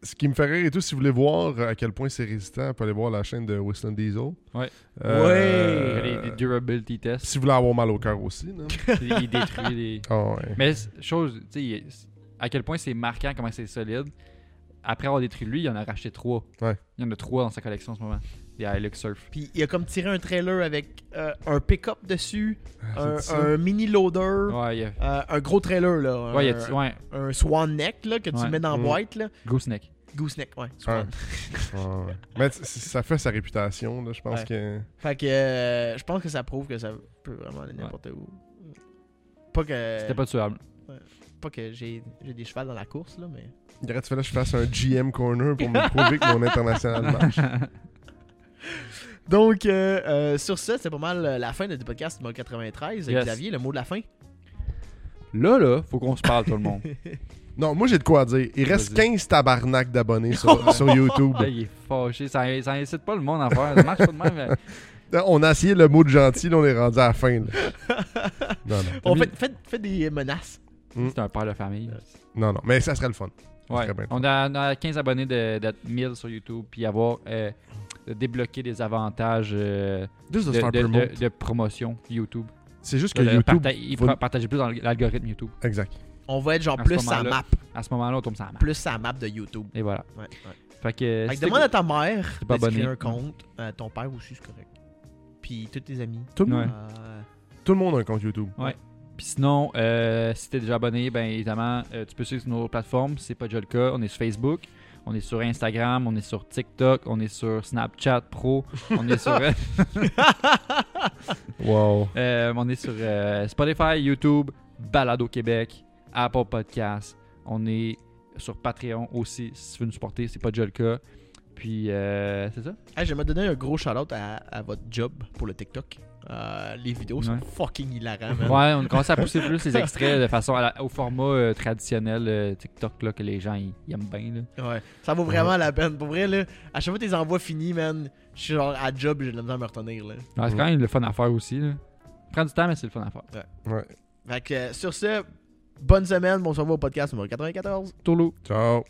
ce qui me fait rire et tout, si vous voulez voir à quel point c'est résistant, vous pouvez aller voir la chaîne de Winston Diesel. Ouais. Euh, Il y a des, des durability tests. Si vous voulez avoir mal au cœur aussi. Là. il détruit les. Ah ouais. Mais c- chose, tu sais, il- c- à quel point c'est marquant, comment c'est solide. Après avoir détruit lui, il en a racheté trois. Ouais. Il y en a trois dans sa collection en ce moment. Des Hilux Surf. Puis il a comme tiré un trailer avec euh, un pick-up dessus, Ah, un, c'est ça. un mini loader, Ouais, il y a, euh, un gros trailer, là. ouais, il y un, a- ouais, un swan neck, là, que tu Ouais. mets dans la Mm. boîte, là. Gooseneck. Gooseneck, ouais. Ouais. Swan. Ah ouais. Mais c- c- ça fait sa réputation, là, je pense Ouais. que. Fait que euh, je pense que ça prouve que ça peut vraiment aller n'importe où. Pas que, C'était pas tuable. pas que j'ai j'ai des chevals dans la course, là, mais. Il aurait fallu que je fasse un GM corner pour me prouver que mon international marche. Donc, euh, euh, sur ça, c'est pas mal euh, la fin de- du podcast numéro 93. Yes. Xavier, le mot de la fin. Là, là, faut qu'on se parle, tout le monde. Non, moi j'ai de quoi dire. Il reste Vas-y. 15 tabarnak d'abonnés sur, sur YouTube. Là, il est fâché. Ça, ça incite pas le monde à faire. Ça marche pas de même. mais- On a essayé le mot de gentil, là, on est rendu à la fin. là. Non, non. On mis- fait, fait- fait des menaces. C'est un père de famille. Non, non. Mais ça serait le fun. Ouais. Très bien. On a, on a 15 abonnés de- d'être 1000 sur YouTube. Puis avoir euh, débloqué des avantages euh, Juste de, de se faire de- promote. de- de promotion YouTube. C'est juste que Le- le YouTube. parta- il faut- faut partager plus dans l'algorithme YouTube. Exact. On va être genre À ce plus sa moment-là. map. À ce moment-là, on tombe sur la map. Plus sa map de YouTube. Et voilà. Ouais, ouais. Fait que. Fait que si demande à t'écoutes- ta mère t'es pas de se créer abonné. un compte. Euh, ton père aussi, c'est correct. Puis tous tes amis. Tout le, Ouais. monde, Euh, tout le monde a un compte YouTube. Puis sinon, euh, si t'es déjà abonné, ben évidemment, euh, tu peux suivre sur nos plateformes. Si c'est pas déjà le cas, on est sur Facebook, on est sur Instagram, on est sur TikTok, on est sur Snapchat Pro, on est sur, Wow. euh, on est sur euh, Spotify, YouTube, Balado Québec, Apple Podcast. On est sur Patreon aussi, si tu veux nous supporter, c'est pas déjà le cas. Puis euh, c'est ça. hey, J'aimerais donner un gros shout-out à, à votre job pour le TikTok. Euh, les vidéos sont Ouais. fucking hilarantes. man. Ouais, on commence à pousser plus les extraits de façon à la- au format euh, traditionnel euh, TikTok là, que les gens ils ils aiment bien. là. Ouais. Ça vaut vraiment la peine. Pour vrai, là, à chaque fois que tes envois finis, man, je suis genre à job et j'ai de la misère à me retenir. Là. Ouais, c'est quand même le fun à faire aussi. Là. Prends du temps, mais c'est le fun à faire. Ouais. Fait que euh, sur ce, bonne semaine. On se revoit au podcast numéro 94. Tourlou. Ciao.